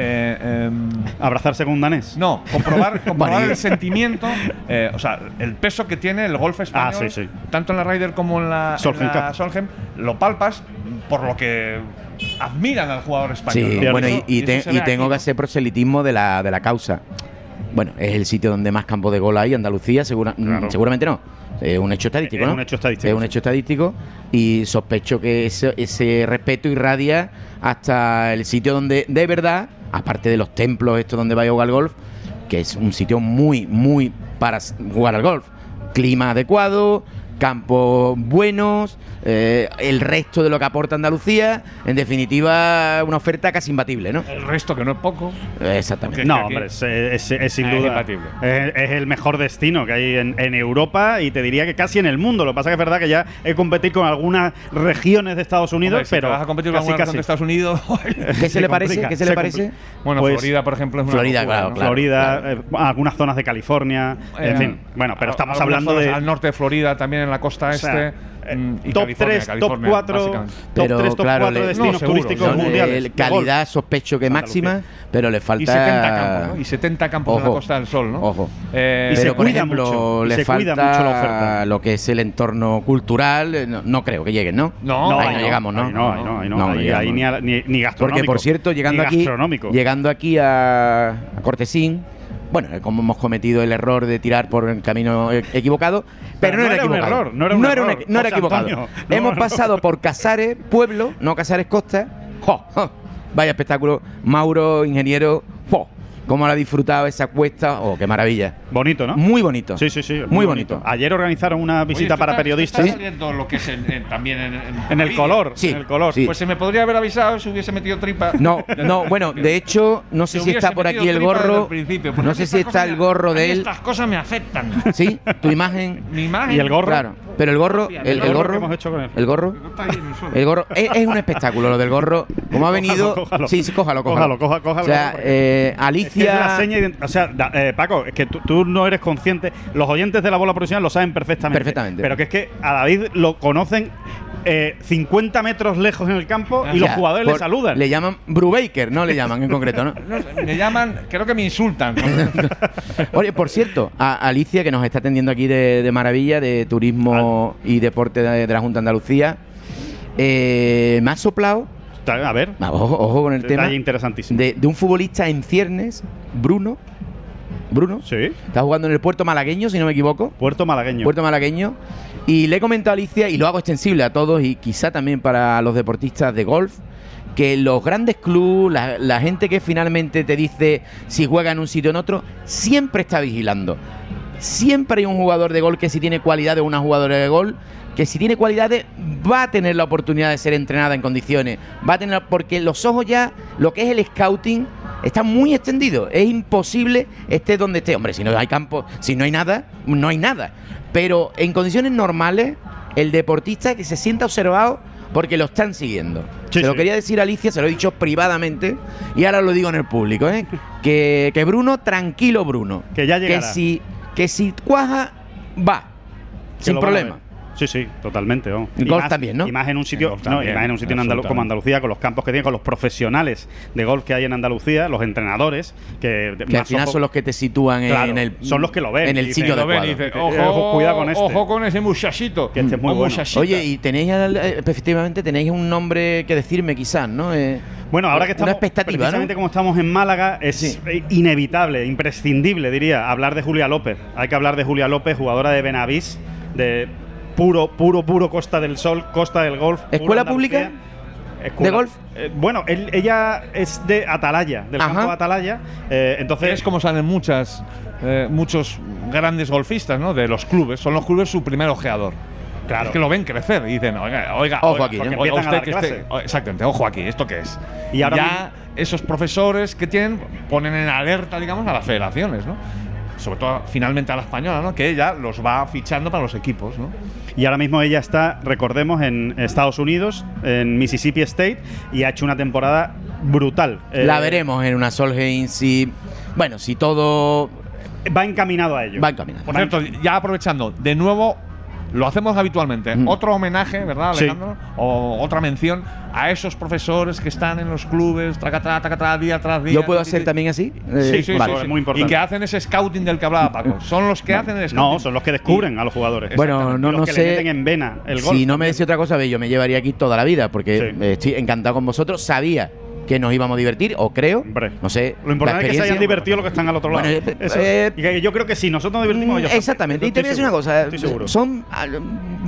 S4: eh, em,
S3: abrazarse con un danés.
S4: no, comprobar, comprobar
S5: Vale.
S4: el sentimiento, eh, o sea, el peso que tiene el golf español,
S3: Ah, sí, sí.
S4: tanto en la Ryder como en la, en
S3: Solheim
S4: la
S3: Cup.
S4: Solheim, lo palpas por lo que admiran al jugador
S5: Sí,
S4: español. ¿no?
S5: bueno, y,
S4: eso-
S5: y te-
S4: eso se
S5: y
S4: ve
S5: tengo
S4: aquí,
S5: que
S4: ¿no?
S5: hacer proselitismo de la, de la causa. Bueno, es el sitio donde más campos de gol hay, Andalucía, segura- mm,
S3: Claro.
S5: seguramente no. Es un hecho estadístico,
S3: Es
S5: ¿no?
S3: un hecho estadístico,
S5: Es un
S3: sí.
S5: hecho estadístico y sospecho que ese, ese respeto irradia hasta el sitio donde, de verdad, aparte de los templos estos donde va a jugar al golf, que es un sitio muy, muy para s- jugar al golf. Clima adecuado, campos buenos, eh, el resto de lo que aporta Andalucía. En definitiva, una oferta casi imbatible, ¿no?
S4: El resto, que no es poco.
S5: Exactamente.
S4: que
S3: No,
S4: aquí-
S3: hombre, es, es- es sin
S4: Ah, es
S3: duda.
S4: imbatible.
S3: Es, es el mejor destino que hay en, en Europa y te diría que casi en el mundo. Lo que pasa que es verdad que ya he competir con algunas regiones de Estados Unidos,
S4: Hombre, si te
S3: pero.
S4: vas a competir con
S3: casi,
S4: alguna razón
S3: casi.
S4: de Estados Unidos.
S5: ¿Qué se le parece?
S3: complica,
S5: ¿Qué se le
S3: se
S5: parece?
S3: complica.
S4: bueno,
S3: Pues-
S4: Florida, por ejemplo, es una.
S5: Florida,
S4: locura,
S5: claro,
S4: ¿no?
S5: claro.
S3: Florida, eh, algunas zonas de California, en
S4: Eh,
S3: fin. Bueno, pero
S4: a-
S3: estamos
S4: algunas
S3: hablando
S4: zonas
S3: de.
S4: Al norte de Florida, también en la costa
S3: o
S4: este.
S3: sea,
S4: mm,
S3: eh,
S4: y
S3: top
S4: California,
S3: 3, top
S4: California,
S3: 4, top
S4: básicamente.
S3: 3, top 4
S5: le-
S3: destinos
S4: No, seguro,
S3: turísticos
S4: son, eh,
S3: mundiales. de
S5: el- calidad,
S3: golf.
S5: sospecho que
S3: Andalucía.
S5: máxima, pero le falta.
S4: Y 70 campos, ¿no? Y 70 campos en la
S5: Ojo.
S4: costa del sol, ¿no?
S5: Ojo.
S4: Eh,
S3: Y se
S5: pero, por
S3: cuida
S5: ejemplo,
S3: mucho, y
S5: le
S3: se cuida
S5: falta
S3: mucho la oferta.
S5: lo que es el entorno cultural. eh, No, no creo que lleguen, ¿no?
S4: No,
S5: ahí
S4: ahí
S5: no
S4: no,
S5: llegamos, ¿no?
S3: Ahí no, ahí no, ahí no.
S5: No,
S3: ahí,
S5: llegamos.
S3: ahí ni, a- ni, ni gastronómico.
S5: Porque, por cierto, llegando
S3: Ni
S5: aquí,
S3: Gastronómico.
S5: llegando aquí a, a Cortesín, bueno, eh, como hemos cometido el error de tirar por el camino eh, equivocado, pero, no, era
S3: un
S5: equivocado.
S3: error, no era un
S5: e-
S3: error,
S5: no era
S3: José
S5: equivocado.
S3: Antonio. No,
S5: hemos
S3: no.
S5: pasado por Casares, pueblo, no Casares Costa. ¡Jo! ¡Jo! Vaya espectáculo. Mauro, ingeniero, ¡jo! ¿Cómo la ha disfrutado esa cuesta? ¡Oh, qué maravilla!
S3: Bonito, ¿no?
S5: Muy bonito.
S3: Sí, sí, sí.
S5: Muy, bonito.
S3: Ayer organizaron una
S4: Oye,
S3: visita
S4: esto
S3: para
S4: está-
S3: periodistas.
S4: está saliendo lo que es en- en- también en,
S3: En el
S4: vídeo.
S3: color,
S5: Sí,
S3: en el color.
S5: sí.
S4: Pues se me podría haber avisado si hubiese metido tripa.
S5: No, no, bueno, de hecho, no sé
S4: Se
S5: si está
S4: hubiese
S5: por
S4: metido
S5: aquí el
S4: tripa desde
S5: gorro.
S4: principio, porque
S5: No
S4: a mí
S5: sé si
S4: estas
S5: está
S4: cosas
S5: el
S4: me- a
S5: gorro
S4: mí
S5: de él.
S4: Estas cosas me afectan.
S5: ¿Sí? ¿Tu imagen?
S4: Mi imagen.
S3: Y el gorro.
S5: Claro, pero el gorro,
S4: Copia,
S5: el,
S4: el
S5: el
S3: gorro que
S5: gorro,
S3: hemos hecho con él.
S5: el gorro,
S4: Está ahí en el suelo.
S5: el gorro, e, es, es un espectáculo lo del gorro, como ha venido,
S3: cójalo.
S5: sí, sí, cójalo, cójalo,
S3: Cójalo, coja- coja el
S5: o sea,
S3: gorro porque-
S5: eh,
S3: Es que es
S5: Alicia,
S3: una seña ident- o sea, da- eh, Paco, es que tú, tú no eres consciente. Los oyentes de la bola profesional lo saben perfectamente.
S5: Perfectamente.
S3: Pero que es que a David lo conocen eh, 50 metros lejos en el campo y los
S5: ya,
S3: jugadores le
S5: por-
S3: saludan.
S5: le llaman Brubaker, no le llaman en concreto, ¿no?
S4: No sé, me llaman, creo que me insultan. ¿no?
S5: Oye, por cierto, a Alicia que nos está atendiendo aquí de, de maravilla, de turismo
S3: Ah.
S5: y deporte de, de la Junta de Andalucía, eh, me ha soplado, ah,
S3: a ver,
S5: ojo, ojo con el
S3: detalle
S5: tema,
S3: interesantísimo.
S5: de, de un futbolista en ciernes, Bruno, Bruno,
S3: sí,
S5: está jugando en el puerto malagueño, si no me equivoco.
S3: Puerto Malagueño.
S5: Puerto Malagueño. Y le he comentado a Alicia, y lo hago extensible a todos y quizá también para los deportistas de golf, que los grandes clubes, la, la gente que finalmente te dice si juega en un sitio o en otro, siempre está vigilando. Siempre hay un jugador de gol que si tiene cualidades o una jugadora de gol que si tiene cualidades va a tener la oportunidad de ser entrenada en condiciones. Va a tener porque los ojos ya, lo que es el scouting está muy extendido. Es imposible esté donde esté. Hombre, si no hay campo, si no hay nada, no hay nada. Pero en condiciones normales el deportista que se sienta observado porque lo están siguiendo.
S3: Sí,
S5: se lo
S3: sí.
S5: quería decir a Alicia, se lo he dicho privadamente y ahora lo digo en el público, ¿eh? que, que Bruno, tranquilo Bruno.
S3: Que ya llegará.
S5: Que si, que si cuaja, va.
S3: que
S5: sin
S3: lo van a
S5: problema.
S3: ver. Sí, sí, totalmente. vamos.
S5: Y
S3: Y
S5: golf
S3: más-
S5: también, ¿no?
S3: Y más en un
S4: En
S3: sitio,
S4: golf
S3: no,
S4: también,
S3: y más en un sitio en Andalu- como
S4: absolutamente.
S3: Andalucía, con los campos que tienen, con los profesionales de golf que hay en Andalucía, los entrenadores, que,
S5: Que al final son los que te sitúan en-
S3: Claro,
S5: en el
S3: son los que lo ven
S5: en
S3: y
S5: el
S3: dicen,
S5: sitio
S4: Lo ven
S5: adecuado.
S4: y dicen,
S3: Eh,
S4: ojo,
S3: ojo, cuidado con este".
S4: Ojo con ese muchachito.
S3: Que este es muy
S4: O
S3: bueno.
S4: muchachita.
S5: Oye, y tenéis, al- eh, efectivamente, tenéis un nombre que decirme quizás, ¿no? Eh,
S3: Bueno, ahora que estamos
S5: Una expectativa,
S3: precisamente
S5: ¿no?
S3: como estamos en Málaga, es
S5: Sí.
S3: eh, inevitable, imprescindible, diría, hablar de Julia López. Hay que hablar de Julia López, jugadora de Benavís, de puro, puro, puro Costa del Sol, Costa del Golf. puro
S5: ¿Escuela
S3: Andalucía.
S5: pública?
S3: Escuela-
S5: ¿De golf?
S3: Eh, bueno, él- ella es de Atalaya, del
S5: Ajá.
S3: campo de Atalaya. eh, entonces,
S4: Es como salen muchas, eh, muchos grandes golfistas, ¿no? De los clubes. Son los clubes su primer ojeador.
S3: Claro.
S4: Es que lo ven crecer y dicen, oiga, oiga,
S5: Ojo
S4: oiga,
S5: aquí, ¿eh?
S4: porque
S3: ¿no?
S4: oiga,
S3: empiezan a
S4: usted
S3: dar
S4: que
S3: clase.
S4: esté- o- exactamente, ojo aquí, ¿esto qué es?
S3: Y ahora
S4: ya esos profesores que tienen ponen en alerta, digamos, a las federaciones, ¿no? Sobre todo finalmente a la española, ¿no? Que ella los va fichando para los equipos, ¿no?
S3: Y ahora mismo ella está, recordemos, en Estados Unidos, en Mississippi State, y ha hecho una temporada brutal. Eh,
S5: la veremos en una Solheim si. Bueno, si todo
S3: Va encaminado a ello.
S5: va encaminado.
S4: Por cierto, ya aprovechando, de nuevo, lo hacemos habitualmente.
S5: Mm.
S4: Otro homenaje, ¿verdad,
S3: Sí.
S4: Alejandro? O otra mención a esos profesores que están en los clubes, tracatá, tracatá, día tras día.
S5: ¿Yo puedo hacer también así? Eh,
S4: Sí, sí,
S5: vale.
S4: sí, sí.
S3: muy importante. Mm.
S4: Y que hacen ese scouting del que hablaba Paco. Son los que hacen el scouting.
S3: No, son los que descubren a los jugadores.
S5: Bueno, no,
S3: los
S5: no
S3: que
S5: sé.
S3: le meten en vena el golf.
S5: Si no me decía otra cosa, ve, yo me llevaría aquí toda la vida, porque
S3: Sí.
S5: eh, estoy encantado con vosotros. Sabía que nos íbamos a divertir, o creo.
S3: Hombre.
S5: No sé.
S3: Lo importante
S5: la
S3: es que se hayan
S5: experiencia.
S3: divertido los que están al otro lado.
S5: Bueno, eh,
S3: Eso.
S5: eh,
S3: y que yo creo que si nosotros nos divertimos, ellos.
S5: Mm, Exactamente. Y te voy a decir una cosa.
S3: Estoy seguro.
S5: Son ah,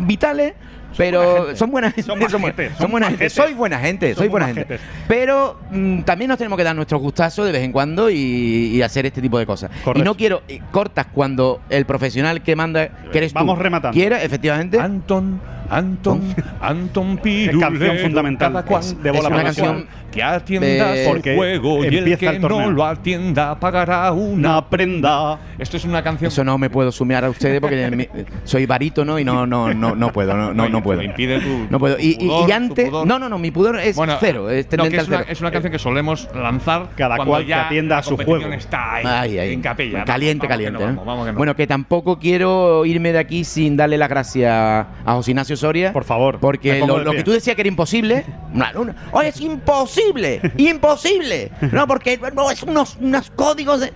S5: vitales, pero
S3: gente.
S5: son buena gente.
S3: Son buena
S5: bu-
S3: gente,
S5: son
S3: son
S5: buena gente.
S3: majetes.
S5: Soy buena gente. Soy
S3: Somos
S5: buena gente.
S3: majetes.
S5: Pero mm, también nos tenemos que dar nuestros gustazos de vez en cuando y, y hacer este tipo de cosas.
S3: Correcto.
S5: Y no quiero eh, cortas cuando el profesional que manda, que eres tú,
S3: Vamos rematando. Ah,
S5: quiera, efectivamente.
S4: Anton, Anton, Anton Pirulero.
S3: canción fundamental,
S4: cada cual
S3: es de
S4: es
S3: bola
S4: una
S3: para
S4: canción
S5: cual.
S4: que atienda
S5: de-
S4: el
S3: Porque
S4: juego y el
S3: empieza
S4: que
S3: el torneo.
S4: no lo atienda pagará una.
S3: Una prenda.
S4: Esto es una canción.
S5: Eso no me puedo sumear a ustedes porque mi- soy barítono y no, no, no, no puedo, no, no,
S4: Oye,
S5: no
S4: te
S5: puedo.
S4: lo impide tu-
S5: No puedo. Y,
S4: tu
S5: y- y
S4: pudor, tu
S5: antes.
S4: pudor.
S5: No, no, no, mi pudor es
S4: Bueno,
S5: cero. Es
S4: no, que
S5: tendente
S4: es,
S5: al
S4: una,
S5: cero.
S4: es una canción que solemos lanzar
S3: Cada
S4: cuando
S3: cual que
S4: ya
S3: atienda
S4: la
S3: a su
S4: competición
S3: juego.
S4: está ahí,
S5: Ay, ay.
S4: en capilla.
S5: Caliente,
S4: Vamos,
S5: caliente.
S4: que no
S5: ¿no?
S4: vamos, vamos que no.
S5: Bueno, que tampoco quiero irme de aquí sin darle las gracias a José Ignacio Soria.
S3: Por favor, me
S5: Porque
S3: pongo
S5: lo,
S3: de
S5: lo
S3: pie.
S5: que tú decías que era imposible. una luna. ¡Oh, es imposible! ¡Imposible! No, porque no, es unos, unos códigos de.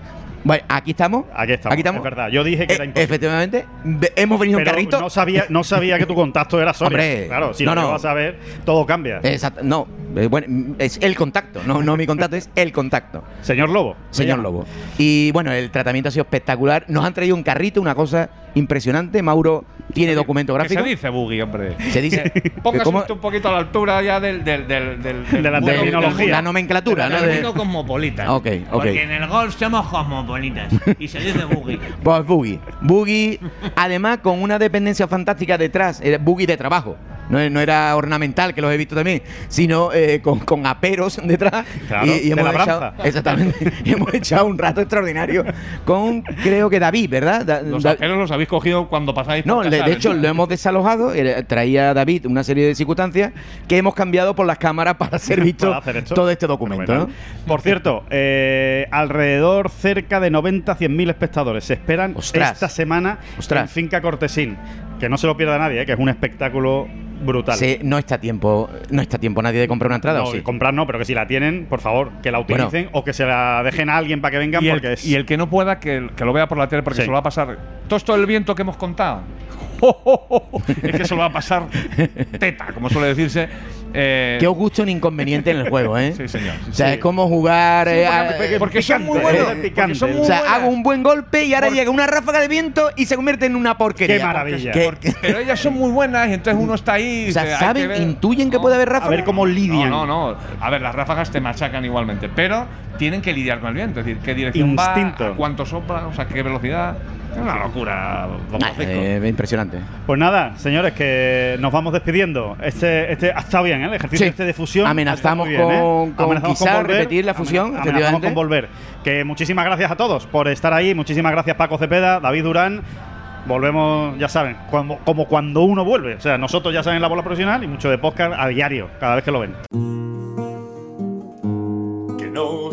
S5: Bueno, aquí estamos.
S3: Aquí estamos. Es verdad. Yo dije que
S5: Eh,
S3: era imposible.
S5: efectivamente, ve- hemos venido en
S3: Pero
S5: carrito.
S3: no sabía, no sabía que tu contacto era Soria.
S5: Hombre,
S3: claro, si
S5: no,
S3: no, lo
S5: no.
S3: vas a ver, todo cambia.
S5: Exacto, no, eh, bueno, es el contacto, no, no mi contacto, es el contacto.
S3: Señor Lobo. se
S5: Señor
S3: llama.
S5: Lobo. Y bueno, el tratamiento ha sido espectacular. Nos han traído un carrito, una cosa impresionante. Mauro tiene documento
S4: ¿Qué se
S5: gráfico.
S4: dice, Boogie, hombre? Eh,
S5: Se dice.
S4: Póngase
S5: ¿Cómo?
S4: usted un poquito a la altura ya del. del, del, del,
S3: De la
S4: mundo-
S5: De-
S3: terminología.
S5: La nomenclatura, ¿no?
S8: Pero
S5: De- Ah,
S8: digo cosmopolita.
S5: Ok, ok.
S8: Porque en el golf somos cosmopolitas. Y se dice buggy.
S5: Pues Boogie. Boogie, además, con una dependencia fantástica detrás. Era Boogie de trabajo. No, no era ornamental, que los he visto también, sino eh, con, con aperos detrás.
S3: Claro, de la
S5: echado,
S3: labranza.
S5: exactamente, Y hemos echado un rato extraordinario con, creo que David, ¿verdad? Da-
S4: Los
S5: Da-
S4: aperos los habéis cogido cuando pasáis. por
S5: No, le-
S4: casa,
S5: de hecho
S4: ¿verdad?
S5: lo hemos desalojado, eh, traía David una serie de circunstancias que hemos cambiado por las cámaras para ser visto
S3: Para hacer esto.
S5: todo este documento.
S3: Fenomenal.
S5: ¿no?
S3: Por cierto, eh, alrededor cerca de 90-100.000 espectadores se esperan
S5: Ostras.
S3: esta semana
S5: Ostras.
S3: en Finca Cortesín. Que no se lo pierda nadie, eh, que es un espectáculo brutal.
S5: Sí, no está a tiempo, no está a tiempo nadie de comprar una entrada,
S3: No,
S5: ¿o sí?
S3: comprar no, pero que si la tienen, por favor, que la
S5: Bueno.
S3: utilicen o que se la dejen a alguien para que vengan
S4: Y el,
S3: porque es
S4: y el que no pueda, que, que lo vea por la tele, porque
S3: Sí.
S4: se lo va a pasar. Todo esto del viento que hemos contado. es que se lo va a pasar teta, como suele decirse. Eh,
S5: Qué os gusta un inconveniente en el juego, ¿eh?
S4: Sí, señor. sí,
S5: O sea,
S4: sí.
S5: es como jugar. eh, a-
S4: porque son muy
S5: picante,
S4: buenos.
S5: eh,
S4: porque son muy
S5: o sea,
S4: buenas.
S5: hago un buen golpe y ahora llega una ráfaga de viento y se convierte en una porquería.
S3: Qué maravilla.
S5: Que-
S3: Porque-
S4: Pero ellas son muy buenas y entonces uno está ahí. y
S5: o
S4: dice,
S5: sea,
S4: "Hay
S5: ¿saben?
S4: ver".
S5: ¿Intuyen que
S4: No.
S5: puede haber
S3: a
S5: ráfaga?
S3: ver cómo lidian.
S4: No, no, no. A ver, las ráfagas te machacan igualmente, pero tienen que lidiar con el viento. Es decir, qué dirección
S3: Instinto.
S4: va, a cuánto sopla, o sea, qué velocidad. Es una locura. don
S5: Ah,
S4: Francisco.
S5: eh, impresionante.
S3: Pues nada, señores, que nos vamos despidiendo. Este, este ha estado bien, ¿eh? El ejercicio
S5: Sí.
S3: este de fusión.
S5: Amenazamos
S3: ha estado muy ¿eh?
S5: con- con quizá
S3: volver.
S5: repetir la fusión,
S3: Amena- Amenazamos
S5: efectivamente.
S3: con volver. Que muchísimas gracias a todos por estar ahí. Muchísimas gracias Paco Cepeda, David Durán. Volvemos, ya saben, como, como cuando uno vuelve. O sea, nosotros ya saben la bola profesional y mucho de podcast a diario, cada vez que lo ven.
S1: Que no